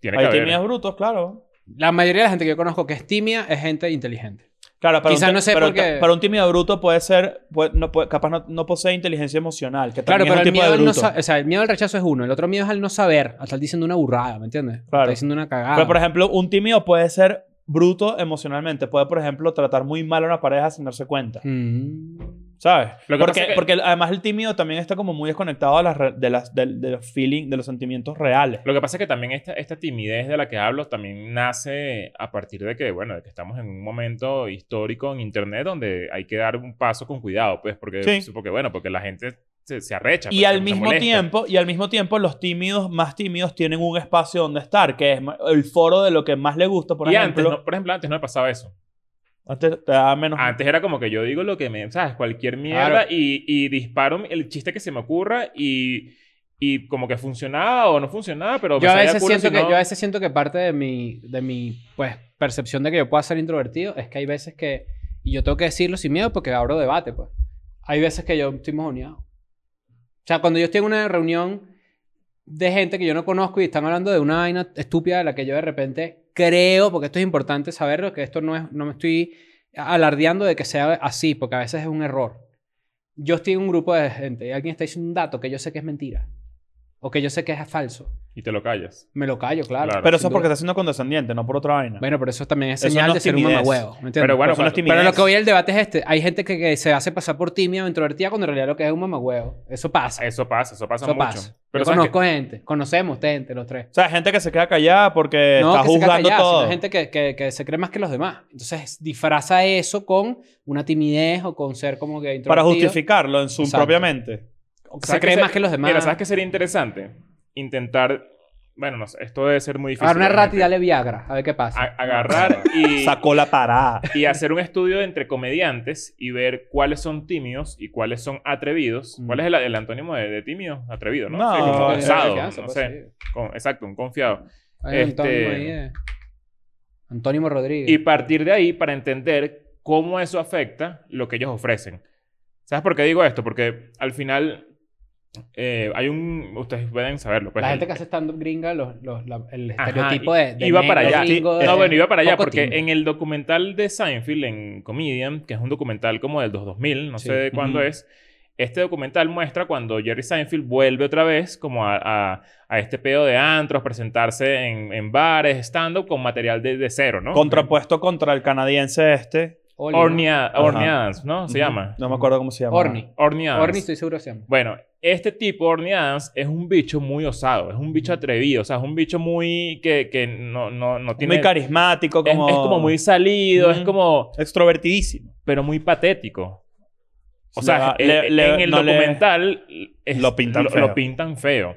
B: Tiene que
C: Hay
B: haber.
C: tímidas brutos, claro.
D: La mayoría de la gente que yo conozco que es tímida es gente inteligente.
C: Claro, pero un,
D: Quizás
C: ti-
D: no sé
C: pero
D: por qué-
C: ca- para un tímido bruto puede ser, puede- no puede- capaz no, no posee inteligencia emocional, que
D: Claro,
C: también es
D: pero el
C: un tipo
D: miedo,
C: de
D: al no
C: bruto.
D: sa- o sea, el miedo al rechazo es uno. El otro miedo es al no saber. Al estar diciendo una burrada, ¿me entiendes? Al
C: Claro.
D: Estar diciendo una cagada.
C: Pero, por ejemplo, un tímido puede ser bruto emocionalmente. Puede, por ejemplo, tratar muy mal a una pareja sin darse cuenta.
D: Mm.
C: ¿Sabes?
B: Lo que
C: Porque,
B: pasa es que-
C: porque además el tímido también está como muy desconectado de, las re- de, las, del- de los feeling, de los sentimientos reales.
B: Lo que pasa es que también esta, esta timidez de la que hablo también nace a partir de que, bueno, de que estamos en un momento histórico en Internet donde hay que dar un paso con cuidado, pues, porque,
C: Sí.
B: porque bueno, porque la gente se, se arrecha.
C: Y
B: pues,
C: al
B: se
C: mismo
B: molesta.
C: tiempo, y al mismo tiempo los tímidos, más tímidos, tienen un espacio donde estar, que es ma- el foro de lo que más le gusta, por
B: y
C: ejemplo.
B: antes, no, Ah, por ejemplo, antes no me pasaba eso.
C: Antes te da menos...
B: Antes era como que yo digo lo que me... ¿Sabes? Cualquier mierda
D: Claro.
B: y, y disparo el chiste que se me ocurra y, y como que funcionaba o no funcionaba, pero... me
D: Yo a,
B: salía
D: veces
B: culo
D: siento
B: si
D: que,
B: no-
D: yo a veces siento que parte de mi, de mi pues, percepción de que yo pueda ser introvertido es que hay veces que, y yo tengo que decirlo sin miedo porque abro debate, pues. Hay veces que yo estoy mojoneado. O sea, cuando yo estoy en una reunión de gente que yo no conozco y están hablando de una vaina estúpida de la que yo de repente creo, porque esto es importante saberlo, que esto no es, no me estoy alardeando de que sea así, porque a veces es un error. Yo estoy en un grupo de gente y alguien está diciendo un dato que yo sé que es mentira o que yo sé que es falso.
B: Y te lo callas.
D: Me lo callo, claro.
B: Claro.
C: pero
D: sin
C: eso es porque
D: duda.
C: está siendo condescendiente, no por otra vaina.
D: Bueno, pero eso también es
C: Eso
D: señal
C: no
D: de
C: es
D: ser un
C: timidez.
D: mamahuevo, ¿me entiendes?
B: Pero bueno,
C: Pero son las
B: cuando-
D: Pero lo
C: timidez.
D: que hoy el debate es este. Hay gente que, que se hace pasar por tímida o introvertida cuando en realidad lo que es es un mamahuevo. Eso pasa. Eso,
B: eso pasa, eso pasa mucho.
D: pasa.
B: Pero
D: Yo
B: ¿sabes
D: conozco gente. Conocemos gente, los tres.
C: O sea, gente que se queda callada porque está
D: que se queda
C: juzgando
D: callada,
C: todo.
D: sino gente que, que, que se cree más que los demás. Entonces disfraza eso con una timidez o con ser como que
C: Para
D: introvertido.
C: justificarlo en su
D: Exacto.
C: propia mente.
D: O
B: qué?
D: que Se
B: ¿Sabes qué
D: cree
B: ser-
D: más que los demás.
B: Mira, ¿sabes qué sería interesante? Intentar Bueno, no sé, esto debe ser muy difícil.
D: Agarra una rata y
B: realmente.
D: dale Viagra, a ver qué pasa.
B: A- agarrar y,
C: Sacó la parada.
B: y hacer un estudio entre comediantes y ver cuáles son tímidos y cuáles son atrevidos.
D: Mm.
B: ¿Cuál es el, el antónimo de, de tímido? Atrevido, ¿no?
C: No,
B: Sí, como
C: no,
B: osado,
D: Confianza,
B: no
D: pues,
B: sé.
D: sí.
B: Con- exacto, un confiado.
D: Hay un
B: Este-
D: antónimo ahí, eh. Antónimo Rodríguez.
B: Y partir de ahí para entender cómo eso afecta lo que ellos ofrecen. ¿Sabes por qué digo esto? Porque al final eh, hay un... Ustedes pueden saberlo. pues,
D: la gente
B: el-
D: que hace stand-up gringa, los, los- la- el
B: Ajá,
D: estereotipo
B: y-
D: de, de
B: iba para
D: negro
B: allá.
D: gringo de-
B: No, bueno, iba para allá
D: poco
B: porque
D: tímido.
B: en el documental de Seinfeld, en Comedian, que es un documental como del 2000, no
D: Sí.
B: sé de cuándo
C: Ujú.
B: es, este documental muestra cuando Jerry Seinfeld vuelve otra vez como a, a- a este pedo de antros, presentarse en, en bares, stand-up con material de, de cero, ¿no?
C: Contrapuesto contra el canadiense este.
D: Oli, ¿no?
B: Orny A-
C: Ajá.
B: Orny Adams, ¿no? Se
C: Ujú.
B: llama.
C: No me acuerdo cómo se llama.
D: Orny.
B: Orny Adams.
D: Orny, estoy seguro que se llama.
B: Bueno, este tipo, Orny Adams, es un bicho muy osado, es un bicho atrevido, o sea, es un bicho muy que, que no, no, no tiene...
C: Muy carismático,
B: es-
C: como.
B: es como muy salido, es
C: Ujú.
B: como...
C: Extrovertidísimo.
B: pero muy patético. O
C: Le
B: sea,
C: va-
B: en-
C: le- le-
B: en el
C: no le-
B: documental es-
C: Lo pintan
B: lo,
C: feo.
B: lo pintan feo.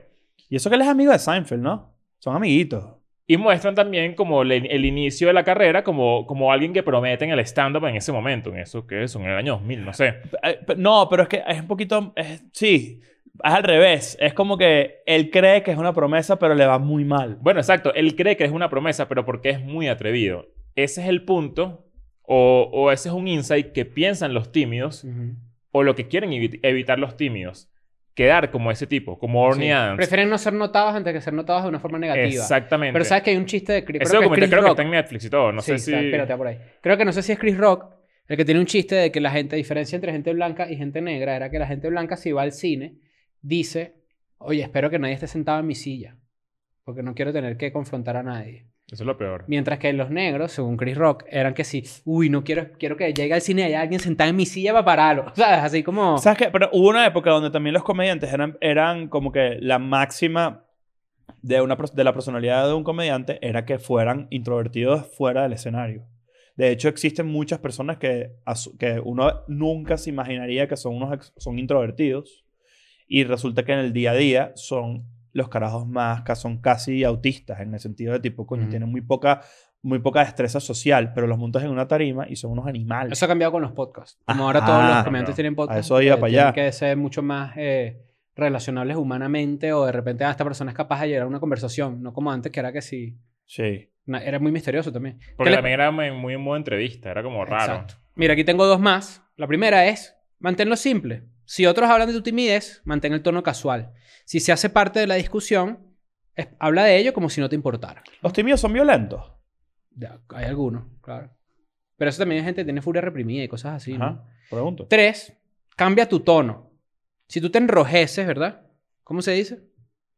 C: Y eso que él es amigo de Seinfeld, ¿no? Son amiguitos.
B: Y muestran también como el, el inicio de la carrera como, como alguien que promete en el stand-up en ese momento, en eso que son en el año 2000, no sé.
C: Eh, pe- No, pero es que es un poquito. es- sí, es al revés. Es como que él cree que es una promesa, pero le va muy mal.
B: Bueno, exacto, él cree que es una promesa, pero porque es muy atrevido. Ese es el punto, o, o ese es un insight que piensan los tímidos,
D: Ujú.
B: o lo que quieren evi- evitar los tímidos. Quedar como ese tipo, como Orny
D: Sí.
B: Adams.
D: Prefieren no ser notados antes que ser notados de una forma negativa.
B: Exactamente.
D: Pero sabes que hay un chiste de Chris,
B: Ese
D: creo que es
B: documental
D: Chris
B: creo que
D: Rock.
B: está en Netflix y todo. No
D: Sí,
B: sé si...
D: está, espérate, por ahí. Creo que no sé si es Chris Rock el que tiene un chiste de que la gente, diferencia entre gente blanca y gente negra, era que la gente blanca si va al cine dice, oye, espero que nadie esté sentado en mi silla, porque no quiero tener que confrontar a nadie.
B: Eso es lo peor.
D: Mientras que los negros, según Chris Rock, eran que sí, uy, no quiero, quiero que llegue al cine y haya alguien sentado en mi silla para pararlo. O sea, así como...
C: ¿Sabes qué? Pero hubo una época donde también los comediantes eran, eran como que la máxima de, una, pers- de la personalidad de un comediante era que fueran introvertidos fuera del escenario. De hecho, existen muchas personas que, asu- que uno nunca se imaginaría que son, unos ex- son introvertidos y resulta que en el día a día son los carajos más, ca- son casi autistas en el sentido de tipo, coño,
D: Ujú.
C: tienen muy poca, muy poca destreza social, pero los montas en una tarima y son unos animales.
D: Eso ha cambiado con los podcasts. Como
C: Ajá,
D: ahora todos los
B: claro.
D: comediantes tienen podcasts.
C: Ah, A eso iba
D: eh,
C: para allá.
D: Tienen que ser mucho más eh, relacionables humanamente o de repente ah, esta persona es capaz de llegar a una conversación. No como antes, que era que sí.
C: Sí.
D: na- Era muy misterioso también.
B: Porque
D: ¿Qué le-
B: también era muy- muy en modo entrevista. Era como raro.
D: Exacto. Mira, aquí tengo dos más. La primera es, manténlo simple. Si otros hablan de tu timidez, mantén el tono casual. Si se hace parte de la discusión, es- habla de ello como si no te importara.
C: Los tímidos son violentos.
D: Ya, hay algunos, claro. Pero eso también hay gente que tiene furia reprimida y cosas así, ¿no?
C: Ajá, pregunto.
D: Tres, cambia tu tono. Si tú te enrojeces, ¿verdad? ¿Cómo se dice?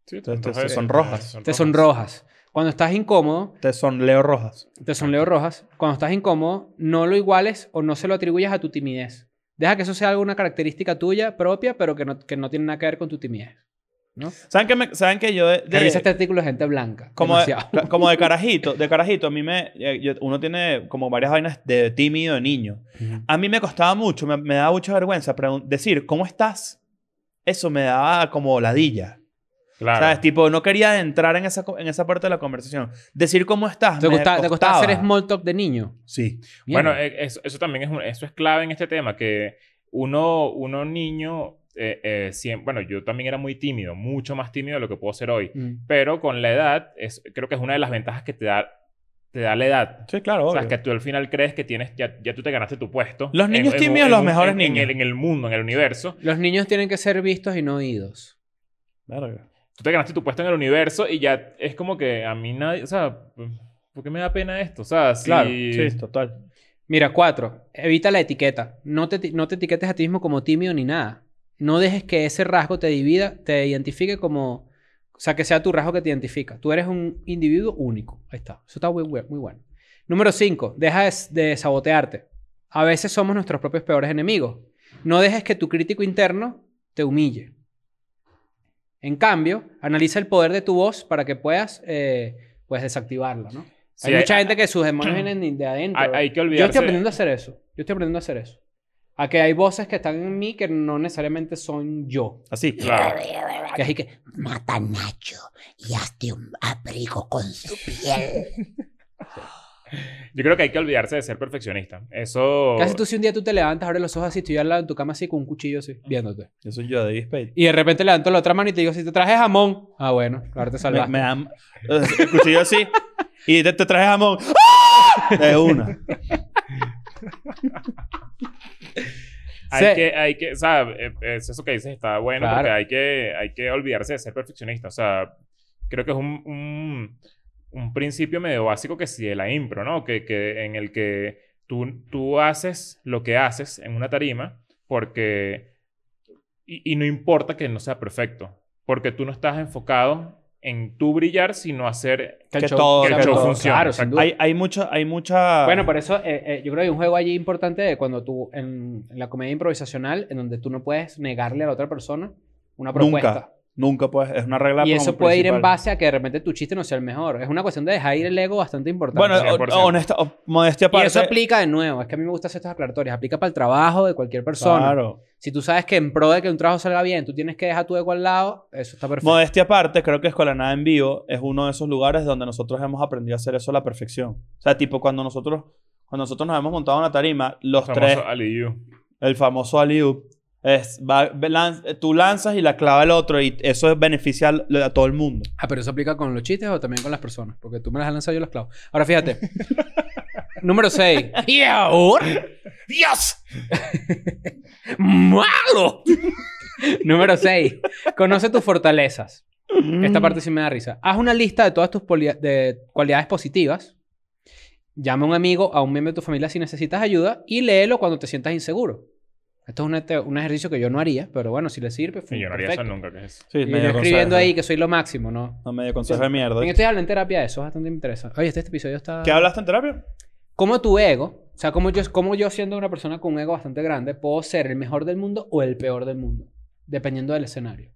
B: Sí,
C: Te- te-
B: entonces-
C: sonrojas.
B: te-
D: Te sonrojas. Cuando estás incómodo,
C: Te son Leo Rojas.
D: te sonleo rojas. Cuando estás incómodo, no lo iguales o no se lo atribuyas a tu timidez. Deja que eso sea alguna característica tuya propia, pero que no, que no tiene nada que ver con tu timidez. ¿No?
C: ¿Saben que, me- ¿saben que yo de, de-
D: Revisa este artículo de gente blanca.
C: como, de,
D: Demasiado.
C: ca- como de carajito, de carajito, a mí me, eh, yo- uno tiene como varias vainas de tímido de niño. A mí me costaba mucho, me, me daba mucha vergüenza pregun- decir, ¿cómo estás? Eso me daba como ladilla.
B: Claro.
C: ¿Sabes? Tipo, no quería entrar en esa, co- en esa parte de la conversación. Decir cómo estás.
D: ¿Te,
C: me
D: gusta- ¿Te costaba hacer
C: costaba.
D: small talk de niño?
C: Sí.
B: Bueno,
D: Mierda.
B: eh, eso, eso también es, un- eso es clave en este tema. Que uno, uno niño... eh, eh, siem- bueno, yo también era muy tímido. Mucho más tímido de lo que puedo ser hoy.
D: Mm.
B: Pero con la edad, es, creo que es una de las ventajas que te da, te da la edad.
C: Sí, claro.
B: O sea,
C: obvio.
B: que tú al final crees que tienes, ya, ya tú te ganaste tu puesto.
C: Los niños
B: un-
C: tímidos,
B: en
C: los
B: un-
C: mejores
B: en-
C: niños.
B: En el, en el mundo, en el universo.
D: Los niños tienen que ser vistos y no oídos.
C: Verga.
B: tú te ganaste tu puesto en el universo y ya es como que a mí nadie, o sea, ¿por qué me da pena esto? O sea, si...
C: Claro, sí, total.
D: Mira, cuatro, evita la etiqueta. No te, ti- no te etiquetes a ti mismo como tímido ni nada. No dejes que ese rasgo te divida, te identifique como... O sea, que sea tu rasgo que te identifica. Tú eres un individuo único. Ahí está. Eso está muy, bue- muy bueno. Número cinco, deja de, s- de sabotearte. A veces somos nuestros propios peores enemigos. No dejes que tu crítico interno te humille. En cambio, analiza el poder de tu voz para que puedas eh, pues desactivarla, ¿no?
B: Sí,
D: hay, mucha
B: hay-
D: gente que sus demonios vienen de adentro.
B: hay- hay que
D: Yo estoy
B: olvidarse-
D: aprendiendo a hacer eso. Yo estoy aprendiendo a hacer eso. a que hay voces que están en mí que no necesariamente son yo.
C: Así.
B: Claro.
D: Que así que,
F: Mata a Nacho y hazte un abrigo con su piel.
B: Yo creo que hay que olvidarse de ser perfeccionista. Eso.
D: casi tú si un día tú te levantas, abres los ojos así, estoy al lado de tu cama así con un cuchillo así, viéndote.
C: Yo soy yo, David Spade.
D: Y de repente levanto la otra mano y te digo, si te traje jamón. Ah, bueno, ahora te
C: Me,
D: salvaste.
C: me dan el cuchillo así y te, te traje jamón. ¡Ah! De una.
B: Hay
D: Sí.
B: que, hay que, o sea, eh, es eso que dices está bueno
D: Claro.
B: porque hay que, hay que olvidarse de ser perfeccionista. O sea, creo que es un, un, un principio medio básico que sí de la impro, ¿no? Que, que en el que tú, tú haces lo que haces en una tarima porque... Y, y no importa que no sea perfecto. Porque tú no estás enfocado en tu brillar, sino hacer...
D: el
C: que
D: show-
C: todo-
D: que el
C: que
D: show
C: todo.
D: funcione.
B: Claro,
D: exacto.
B: sin duda.
C: Hay, ah. hay, mucha, hay mucha.
D: Bueno, por eso eh, eh, yo creo que hay un juego allí importante de cuando tú, en, en la comedia improvisacional, en donde tú no puedes negarle a la otra persona una propuesta.
C: Nunca. Nunca puedes. Es una regla.
D: Y
C: como
D: eso puede ir en
C: principal.
D: base a que de repente tu chiste no sea el mejor. Es una cuestión de dejar ir el ego bastante importante.
C: Bueno, o-
B: 100%.
C: honesta, o- modestia
D: y
C: aparte.
D: eso aplica de nuevo. Es que a mí me gustan hacer estas aclaratorias. Aplica para el trabajo de cualquier persona.
C: Claro.
D: Si tú sabes que en pro de que un trabajo salga bien, tú tienes que dejar tu ego al lado, eso está perfecto.
C: Modestia aparte, creo que Escuela de Nada en Vivo es uno de esos lugares donde nosotros hemos aprendido a hacer eso a la perfección. O sea, tipo cuando nosotros, cuando nosotros nos hemos montado en una tarima, los
B: Famoso
C: tres,
B: Ali Yu.
D: Mm,
C: el famoso alley-oop, es va- ve- lan- tú lanzas y la clava el otro y eso es beneficia al- a todo el mundo.
D: Ah, pero eso aplica con los chistes o también con las personas. Porque tú me las has lanzado yo las clavo. Ahora fíjate. Número 6.
F: Y ahora, Dios, malo.
D: Número 6. Conoce tus fortalezas.
C: Mm.
D: Esta parte sí me da risa. Haz una lista de todas tus poli- de cualidades positivas. Llama a un amigo, a un miembro de tu familia si necesitas ayuda y léelo cuando te sientas inseguro. Esto es una te- un ejercicio que yo no haría, pero bueno, si le sirve.
B: Sí, yo no haría eso nunca, que es
C: Sí,
D: Y yo escribiendo ahí que soy lo máximo, ¿no?
C: No, medio consejo de mierda.
D: En este estoy hablando en terapia de eso, es bastante interesante. Oye, este, este episodio está...
C: ¿Qué hablaste en terapia?
D: ¿Cómo tu ego, o sea, cómo yo, cómo yo siendo una persona con un ego bastante grande, puedo ser el mejor del mundo o el peor del mundo? Dependiendo del escenario.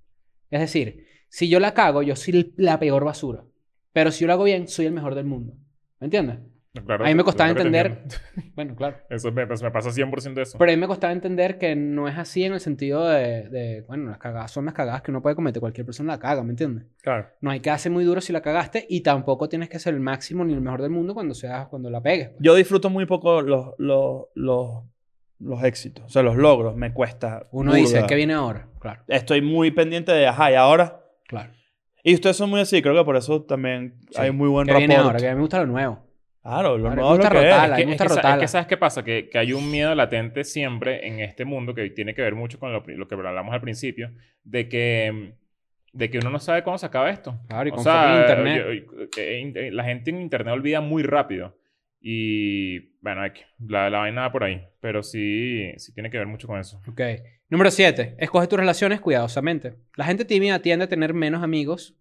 D: Es decir, si yo la cago, yo soy la peor basura. Pero si yo lo hago bien, soy el mejor del mundo. ¿Me entiendes?
B: No, claro,
D: a mí me
B: yo
D: costaba
B: creo que te
D: entender...
B: entiendo.
D: Bueno, claro.
B: Eso me, pues me pasa 100% eso.
D: Pero a mí me costaba entender que no es así en el sentido de... de, bueno, las cagadas son las cagadas que uno puede cometer. Cualquier persona la caga, ¿me entiendes?
B: claro.
D: No hay que hacer muy duro si la cagaste y tampoco tienes que ser el máximo ni el mejor del mundo cuando, seas, cuando la pegues.
C: Yo disfruto muy poco los, los, los, los éxitos, o sea, los logros. Me cuesta.
D: Uno dice,
C: burda.
D: ¿qué viene ahora? Claro,
C: Estoy muy pendiente de, ajá, y ahora.
D: claro.
C: Y ustedes son muy así, creo que por eso también
D: Sí.
C: hay muy buen
D: ¿Qué viene
C: rapport.
D: ahora? Que a mí me gusta lo nuevo.
C: Claro, lo
D: Ahora,
C: nuevo lo
D: gusta
C: que
D: rotar.
C: es.
D: Ala,
B: que-
D: me gusta
B: que sa-
D: rotarla.
B: que ¿sabes qué pasa? Que, que hay un miedo latente siempre en este mundo que tiene que ver mucho con lo, pri- lo que hablamos al principio, de que, mm, de que uno no sabe cuándo se acaba esto.
D: Claro, y
B: O
D: con
B: sea, eh,
D: fucking internet.
B: yo- yo- que in- eh, la gente en internet olvida muy rápido. Y bueno, hay que- la, la vaina va por ahí. Pero sí, sí tiene que ver mucho con eso.
D: Ok. Número 7. Escoge tus relaciones cuidadosamente. La gente tímida tiende a tener menos amigos,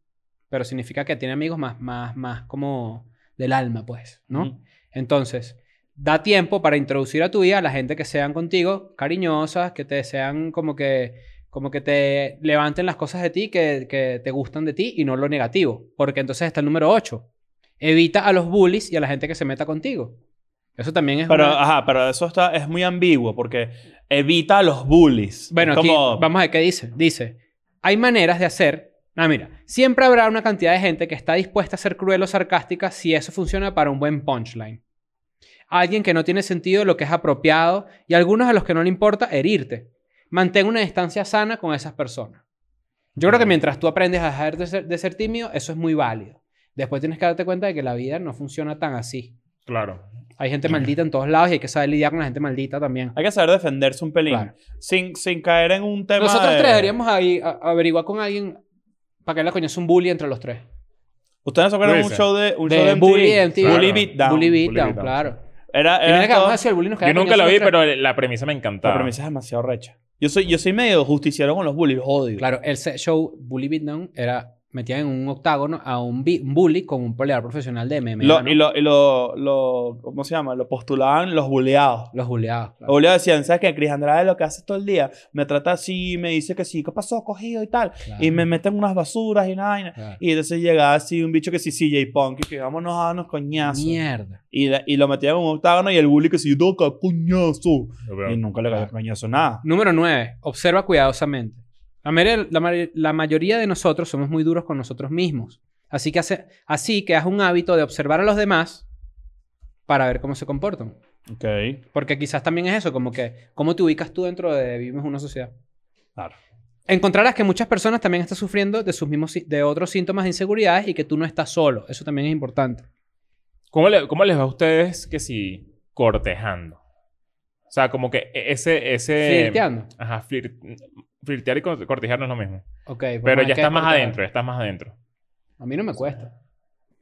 D: pero significa que tiene amigos más, más, más como del alma, pues, ¿no?
C: Ujú.
D: Entonces, da tiempo para introducir a tu vida a la gente que sean contigo, cariñosas, que te sean como que, como que te levanten las cosas de ti, que, que te gustan de ti y no lo negativo. Porque entonces está el número 8. Evita a los bullies y a la gente que se meta contigo. Eso también es
C: Pero,
D: una-
C: ajá, pero eso está, es muy ambiguo porque evita a los bullies.
D: Bueno,
C: Es como,
D: aquí vamos a ver qué dice. Dice, hay maneras de hacer... Ah, mira, siempre habrá una cantidad de gente que está dispuesta a ser cruel o sarcástica si eso funciona para un buen punchline. Alguien que no tiene sentido de lo que es apropiado y algunos a los que no le importa herirte. Mantén una distancia sana con esas personas. Yo creo que mientras tú aprendes a dejar de ser, de ser tímido, eso es muy válido. Después tienes que darte cuenta de que la vida no funciona tan así.
B: Claro.
D: Hay gente maldita en todos lados y hay que saber lidiar con la gente maldita también.
C: Hay que saber defenderse un pelín.
D: Claro.
C: Sin, sin caer en un tema.
D: Nosotros
C: de-
D: tres deberíamos ahí a- averiguar con alguien para que la coño es un bully entre los tres.
C: Ustedes no se acuerdan de un
B: Dice.
C: show de. Un
D: De
C: show de
D: bully
C: MTV?
D: de MTV.
C: Bully Eh,
B: Claro.
C: Beatdown.
D: bully Beatdown,
B: Beatdown,
D: claro.
C: Era,
D: Y mira
C: era
D: que vamos
C: todo-
D: a decir, el bully nos queda
B: Yo nunca
D: coñazo
B: la
D: los
B: vi,
D: tres.
B: pero la premisa me encantaba.
C: La premisa es demasiado recha. Yo soy, yo soy medio justiciero con los bullies, los odio.
D: Claro, el set show Bully Beatdown era metían en un octágono a un, bi- un bully con un peleador profesional de MMA.
C: Lo-
D: ¿no?
C: y lo, y lo, lo- ¿cómo se llama? Lo postulaban los buleados.
D: Los bulleados.
C: Los buleados decían, ¿sabes qué? Cris Andrade lo que hace todo el día, me trata así, me dice que sí, ¿qué pasó? Cogido y tal. Y me meten unas basuras y nada. Y, nada. y entonces llegaba así un bicho que sí, CJ Punk, y que vámonos a darnos coñazos.
D: Mierda.
C: Y, la- y lo metían en un octágono y el bully que sí, toca coñazo.
B: Pero-
C: Y nunca le cayó coñazo nada.
D: Número 9. Observa cuidadosamente. La, mayoría- la ma- la mayoría de nosotros somos muy duros con nosotros mismos. Así que, hace, así que haz un hábito de observar a los demás para ver cómo se comportan.
C: Ok.
D: Porque quizás también es eso, como que cómo te ubicas tú dentro de vivimos una sociedad.
C: Claro.
D: Encontrarás que muchas personas también están sufriendo de sus mismos sí- de otros síntomas de inseguridades y que tú no estás solo. Eso también es importante.
B: ¿Cómo, le- cómo les va a ustedes que si cortejando? O sea, como que e- ese... ese
D: Flirteando.
B: Ajá, flir- flirtear y cor- cortejar no es lo mismo.
D: Ok. pues vamos a
B: Pero
D: ver
B: ya
D: qué
B: estás más
D: despertar.
B: adentro, ya estás más adentro.
D: A mí no me cuesta.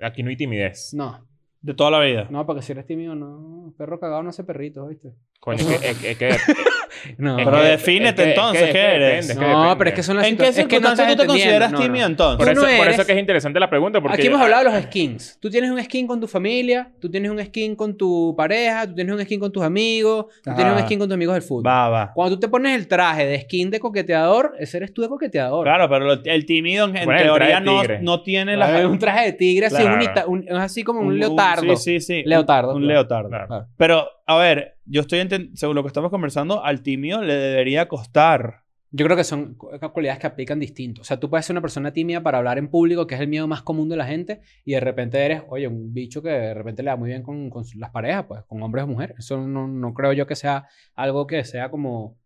B: Aquí no hay timidez.
D: No.
C: De toda la vida.
D: No, porque si eres tímido, no. Perro cagado no hace perrito, ¿viste?
B: Coño, es que... es que- es que- es
D: No.
B: que-
C: Pero
B: es que-
C: defínete
B: es que- es que-
C: entonces,
B: es que
C: ¿qué
B: depende,
C: eres?
B: es que
D: no,
B: depende.
D: pero es que son las
C: ¿En qué
D: situ- es que no
C: circunstancias
D: estás
C: tú te consideras
D: entendiendo. No, no.
C: tímido entonces?
B: Por
D: Tú
B: eso,
D: no
B: por eso
D: eres-
B: que es interesante la pregunta porque...
D: Aquí hemos hablado de los skins. Tú tienes un skin con tu familia, tú tienes un skin con tu pareja, tú tienes un skin con tus amigos, tú tienes un
C: Ajá.
D: skin con tus amigos del fútbol.
C: Va, va.
D: Cuando tú te pones el traje de skin de coqueteador, ese eres tú de coqueteador.
C: Claro, pero lo- el tímido en, en
B: Bueno, el
C: teoría
B: traje
C: no,
B: tigre.
C: no tiene
D: Claro,
C: la...
D: es un traje de tigre, así,
B: Claro.
D: un ita- un- es así como un,
C: un-
D: leotardo.
C: Sí, sí, sí. Un-
D: Leotardo.
C: Un
D: claro.
C: leotardo.
B: Claro.
C: Pero, a ver, yo estoy entendiendo, según lo que estamos conversando, al tímido le debería costar.
D: Yo creo que son cu- eh, cualidades que aplican distinto. O sea, tú puedes ser una persona tímida para hablar en público, que es el miedo más común de la gente, y de repente eres, oye, un bicho que de repente le da muy bien con, con las parejas, pues, con hombres o mujeres. Eso no, no creo yo que sea algo que sea como,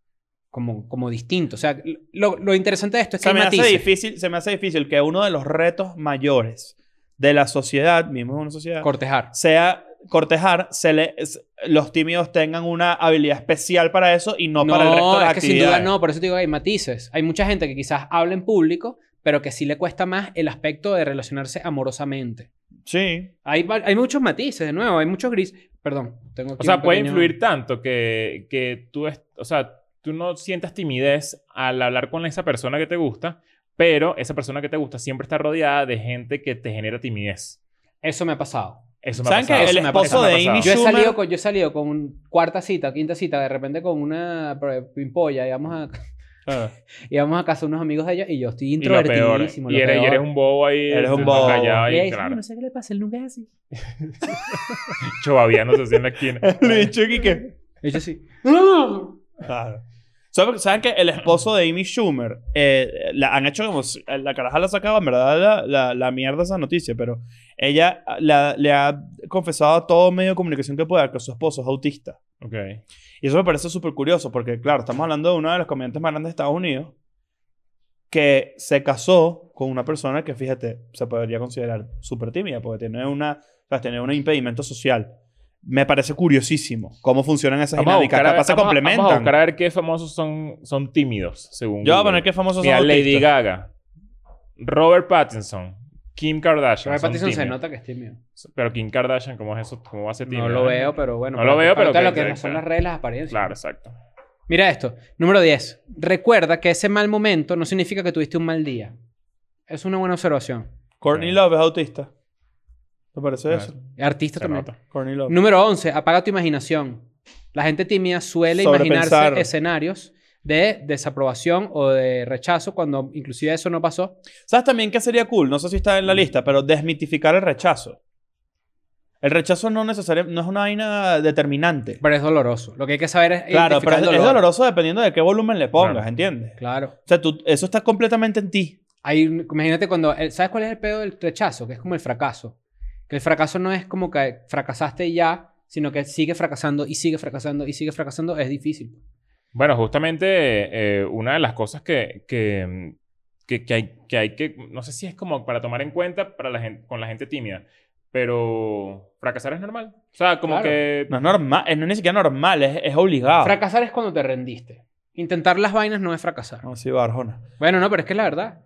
D: como, como distinto. O sea, lo, lo interesante de esto es que
C: Se
D: hay
C: me, hace
D: matices.
C: difícil, se me hace difícil que uno de los retos mayores de la sociedad, mismo en una sociedad,
D: Cortejar.
C: sea cortejar, se le, es- los tímidos tengan una habilidad especial para eso y no, para el resto de las
D: es que sin duda
C: actividades.
D: no, por eso te digo que hay matices. Hay mucha gente que quizás habla en público, pero que sí le cuesta más el aspecto de relacionarse amorosamente.
C: Sí.
D: Hay, va- hay muchos matices, de nuevo, hay muchos gris. Perdón,
B: O
D: tengo aquí
B: sea,
D: un
B: puede
D: pequeño-
B: influir tanto que, que tú, es- o sea, tú no sientas timidez al hablar con esa persona que te gusta, pero esa persona que te gusta siempre está rodeada de gente que te genera timidez.
D: Eso me ha pasado.
B: Eso me ha
C: ¿Saben
B: pasado.
C: que el
D: eso me ha
C: esposo
D: pasado,
B: me ha
C: de
B: pasado.
C: Amy
D: Yo he,
C: Schumer-
D: salido con, yo he salido con un- cuarta cita, quinta cita, de repente con una pre- pimpolla, íbamos a,
C: Ah.
D: íbamos a casa de unos amigos de ella y yo estoy
B: Y lo peor,
D: introvertidísimo.
B: y, eres, y eres un bobo ahí.
C: Eres un
B: tú
C: bobo.
B: callado
D: Y ella
B: ahí,
D: dice, "Ay,
B: claro.
D: no sé qué le pasa, él nunca es así.
B: Chobaviándose así en la esquina.
C: Lo dicho aquí que...
D: Y yo sí.
C: Claro. ¿Saben, saben que el esposo de Amy Schumer eh, la han hecho como. si- eh, La caraja la sacaba, en verdad, la, la, la mierda esa noticia, pero ella ah, la- le ha confesado a todo medio de comunicación que pueda que su esposo es autista.
B: Ok.
C: Y eso me parece súper curioso, porque, claro, estamos hablando de uno de los comediantes más grandes de Estados Unidos que se casó con una persona que, fíjate, se podría considerar súper tímida, porque tiene, una, o sea, tiene un impedimento social. Me parece curiosísimo cómo funcionan esas
B: Vamos a,
C: dinámicas.
B: buscar a, ver-
C: Capaz se
B: vamos a-
C: complementan.
B: vamos a buscar a ver qué famosos son, son tímidos, según.
C: Yo voy a
B: Google.
C: poner que famosos
B: Mira,
C: son
B: Lady
C: autistas.
B: Gaga, Robert Pattinson, Kim Kardashian.
D: Robert
B: son
D: Pattinson se
B: tímidos.
D: nota que es tímido.
B: Pero Kim Kardashian, ¿cómo es eso? ¿Cómo va a ser tímida?
D: No lo veo, pero bueno.
B: No lo veo, pero
D: falta
B: que-
D: lo que son las reglas, las apariencias.
B: Claro, exacto.
D: Mira esto. Número 10. Recuerda que ese mal momento no significa que tuviste un mal día. Es una buena observación.
C: Courtney
B: Sí.
C: Love es autista. ¿Te parece
B: Claro.
C: eso?
D: Artista
B: Se
D: también.
B: nota.
C: Courtney Love.
D: Número 11. Apaga tu imaginación. La gente tímida suele
C: Sobrepensar.
D: imaginarse escenarios de desaprobación o de rechazo cuando inclusive eso no pasó.
C: ¿Sabes también qué sería cool? No sé si está en
B: Mm.
C: la lista, pero desmitificar el rechazo. El rechazo no necesariamente no es una vaina determinante.
D: Pero es doloroso. Lo que hay que saber es
C: Claro, pero
D: identificar
C: es,
D: el
C: es
D: dolor.
C: doloroso dependiendo de qué volumen le pongas,
B: Claro.
C: ¿entiendes?
D: Claro.
C: O sea, tú- eso está completamente en ti.
D: Hay un- imagínate cuando... el- ¿Sabes cuál es el pedo del rechazo? Que es como el fracaso. Que el fracaso no es como que fracasaste y ya, sino que sigue fracasando y sigue fracasando y sigue fracasando. Es difícil.
B: Bueno, justamente eh, una de las cosas que, que, mm, que, que hay, que hay que, no sé si es como para tomar en cuenta para la gente, con la gente tímida, pero fracasar es normal. O sea, como
D: Claro.
B: que...
C: No es normal, no es ni siquiera normal, es, es obligado.
D: Fracasar es cuando te rendiste. Intentar las vainas no es fracasar.
C: No, sí, Barjona.
D: Bueno, no, pero es que es la verdad.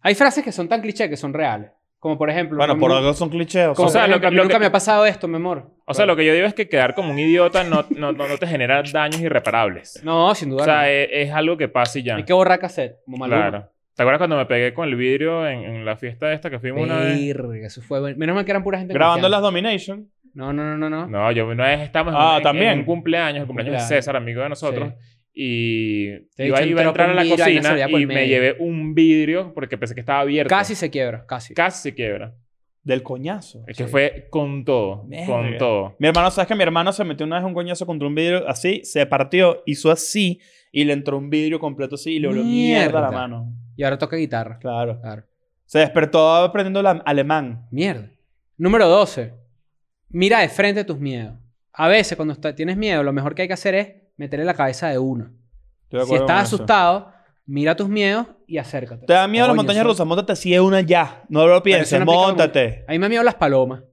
D: Hay frases que son tan cliché que son reales. Como por ejemplo.
C: Bueno,
D: como-
C: por algo son clichés. o
D: como,
B: O sea,
D: por
B: lo
D: ejemplo,
B: que-
D: a mí
B: lo
D: nunca
B: que-
D: me ha pasado esto, mi amor.
B: O sea, lo que yo digo es que quedar como un idiota no, no, no, no te genera daños irreparables.
D: No, sin duda.
B: o sea, e,
D: no.
B: es, es algo que pasa y ya.
D: Hay que borrar cassette. Como Maluma.
B: Claro. ¿Te acuerdas cuando me pegué con el vidrio en, en la fiesta esta que fuimos una vez?
D: Verga, eso fue bueno. Menos mal que eran pura gente.
C: Grabando las
D: confiable.
C: Domination.
D: No, no, no, no. no.
B: No, yo una vez estábamos en
C: Ah,
B: un- en,
C: también.
B: en un cumpleaños, el cumpleaños de
D: Claro.
B: César, amigo de nosotros. Y
D: Te
B: iba,
D: echan
B: iba a
D: tropa,
B: entrar a
D: un
B: la
D: vidrio, ahí no se
B: cocina
D: veía
B: y
D: por
B: me
D: medio.
B: llevé un vidrio porque pensé que estaba abierto.
D: Casi se quiebra, casi.
B: Casi se quiebra.
C: Del coñazo.
B: Es que fue con todo. Con
C: Verga.
B: todo.
C: Mi hermano, ¿sabes que mi hermano se metió una vez un coñazo contra un vidrio así, se partió, hizo así y le entró un vidrio completo así y le voló mierda a la
D: Mierda.
C: mano.
D: Y ahora toca guitarra.
C: Claro.
D: Claro.
C: Se despertó aprendiendo la- alemán.
D: Mierda. Número 12. Mira de frente tus miedos. A veces cuando está- tienes miedo, lo mejor que hay que hacer es meterle la cabeza de uno.
C: Estoy de acuerdo
D: Si
C: con
D: estás
C: eso.
D: asustado, mira tus miedos y acércate.
C: Te da miedo las
D: Coño,
C: montañas
D: eso-
C: rusas, montate así de una ya. No lo
D: eso
C: pienses,
D: no aplica como-
C: montate.
D: A mí me han miedo las palomas.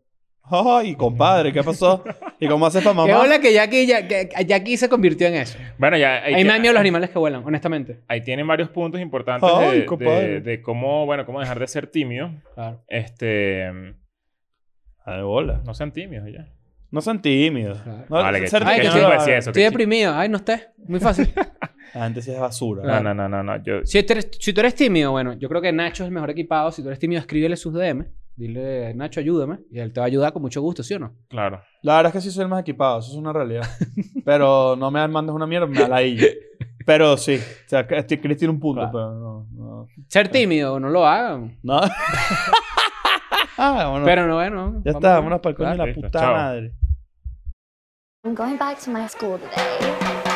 C: Ay, compadre, ¿qué pasó? ¿Y cómo haces para
D: Qué
C: mamá?
D: hola que Jackie, ya- que- que Jackie se convirtió en eso.
B: Bueno, ya.
D: A mí me
B: tie-
D: dan miedo los animales que ah. vuelan, honestamente.
B: ahí tienen varios puntos importantes
C: Ay,
B: de- de,
C: compadre.
B: de cómo, bueno, cómo dejar de ser tímido.
D: Claro.
B: Este.
C: Ay, bola.
B: No sean tímidos ya.
C: No sean tímidos.
D: Claro.
C: No,
B: vale, que,
C: ser
B: que
D: Ay,
B: yo
C: tímido-
D: que
B: no iba a
D: sí.
B: decir eso.
D: Estoy
B: que-
D: deprimido. Ay, no estés. Muy fácil.
C: Antes sí es basura.
B: No, no, no, no, no. Yo,
D: si, tú eres, si tú eres tímido, bueno, yo creo que Nacho es el mejor equipado. Si tú eres tímido, escríbele sus DM. Dile, Nacho, ayúdame. Y él te va a ayudar con mucho gusto, ¿sí o no?
B: claro.
C: La verdad es que sí soy el más equipado, eso es una realidad. Pero no me mandes una mierda, me da la illa. Pero sí, o sea, que- este Chris tiene un punto,
D: Claro.
C: pero no. No.
D: Ser tímido, no lo hagan.
C: ¿No? ah, bueno.
D: Pero no, bueno.
C: ya
D: vamos
C: está,
D: a-
C: vámonos para el coño de la
B: Listo,
C: puta
B: chao.
C: madre.
A: I'm going back to my school today.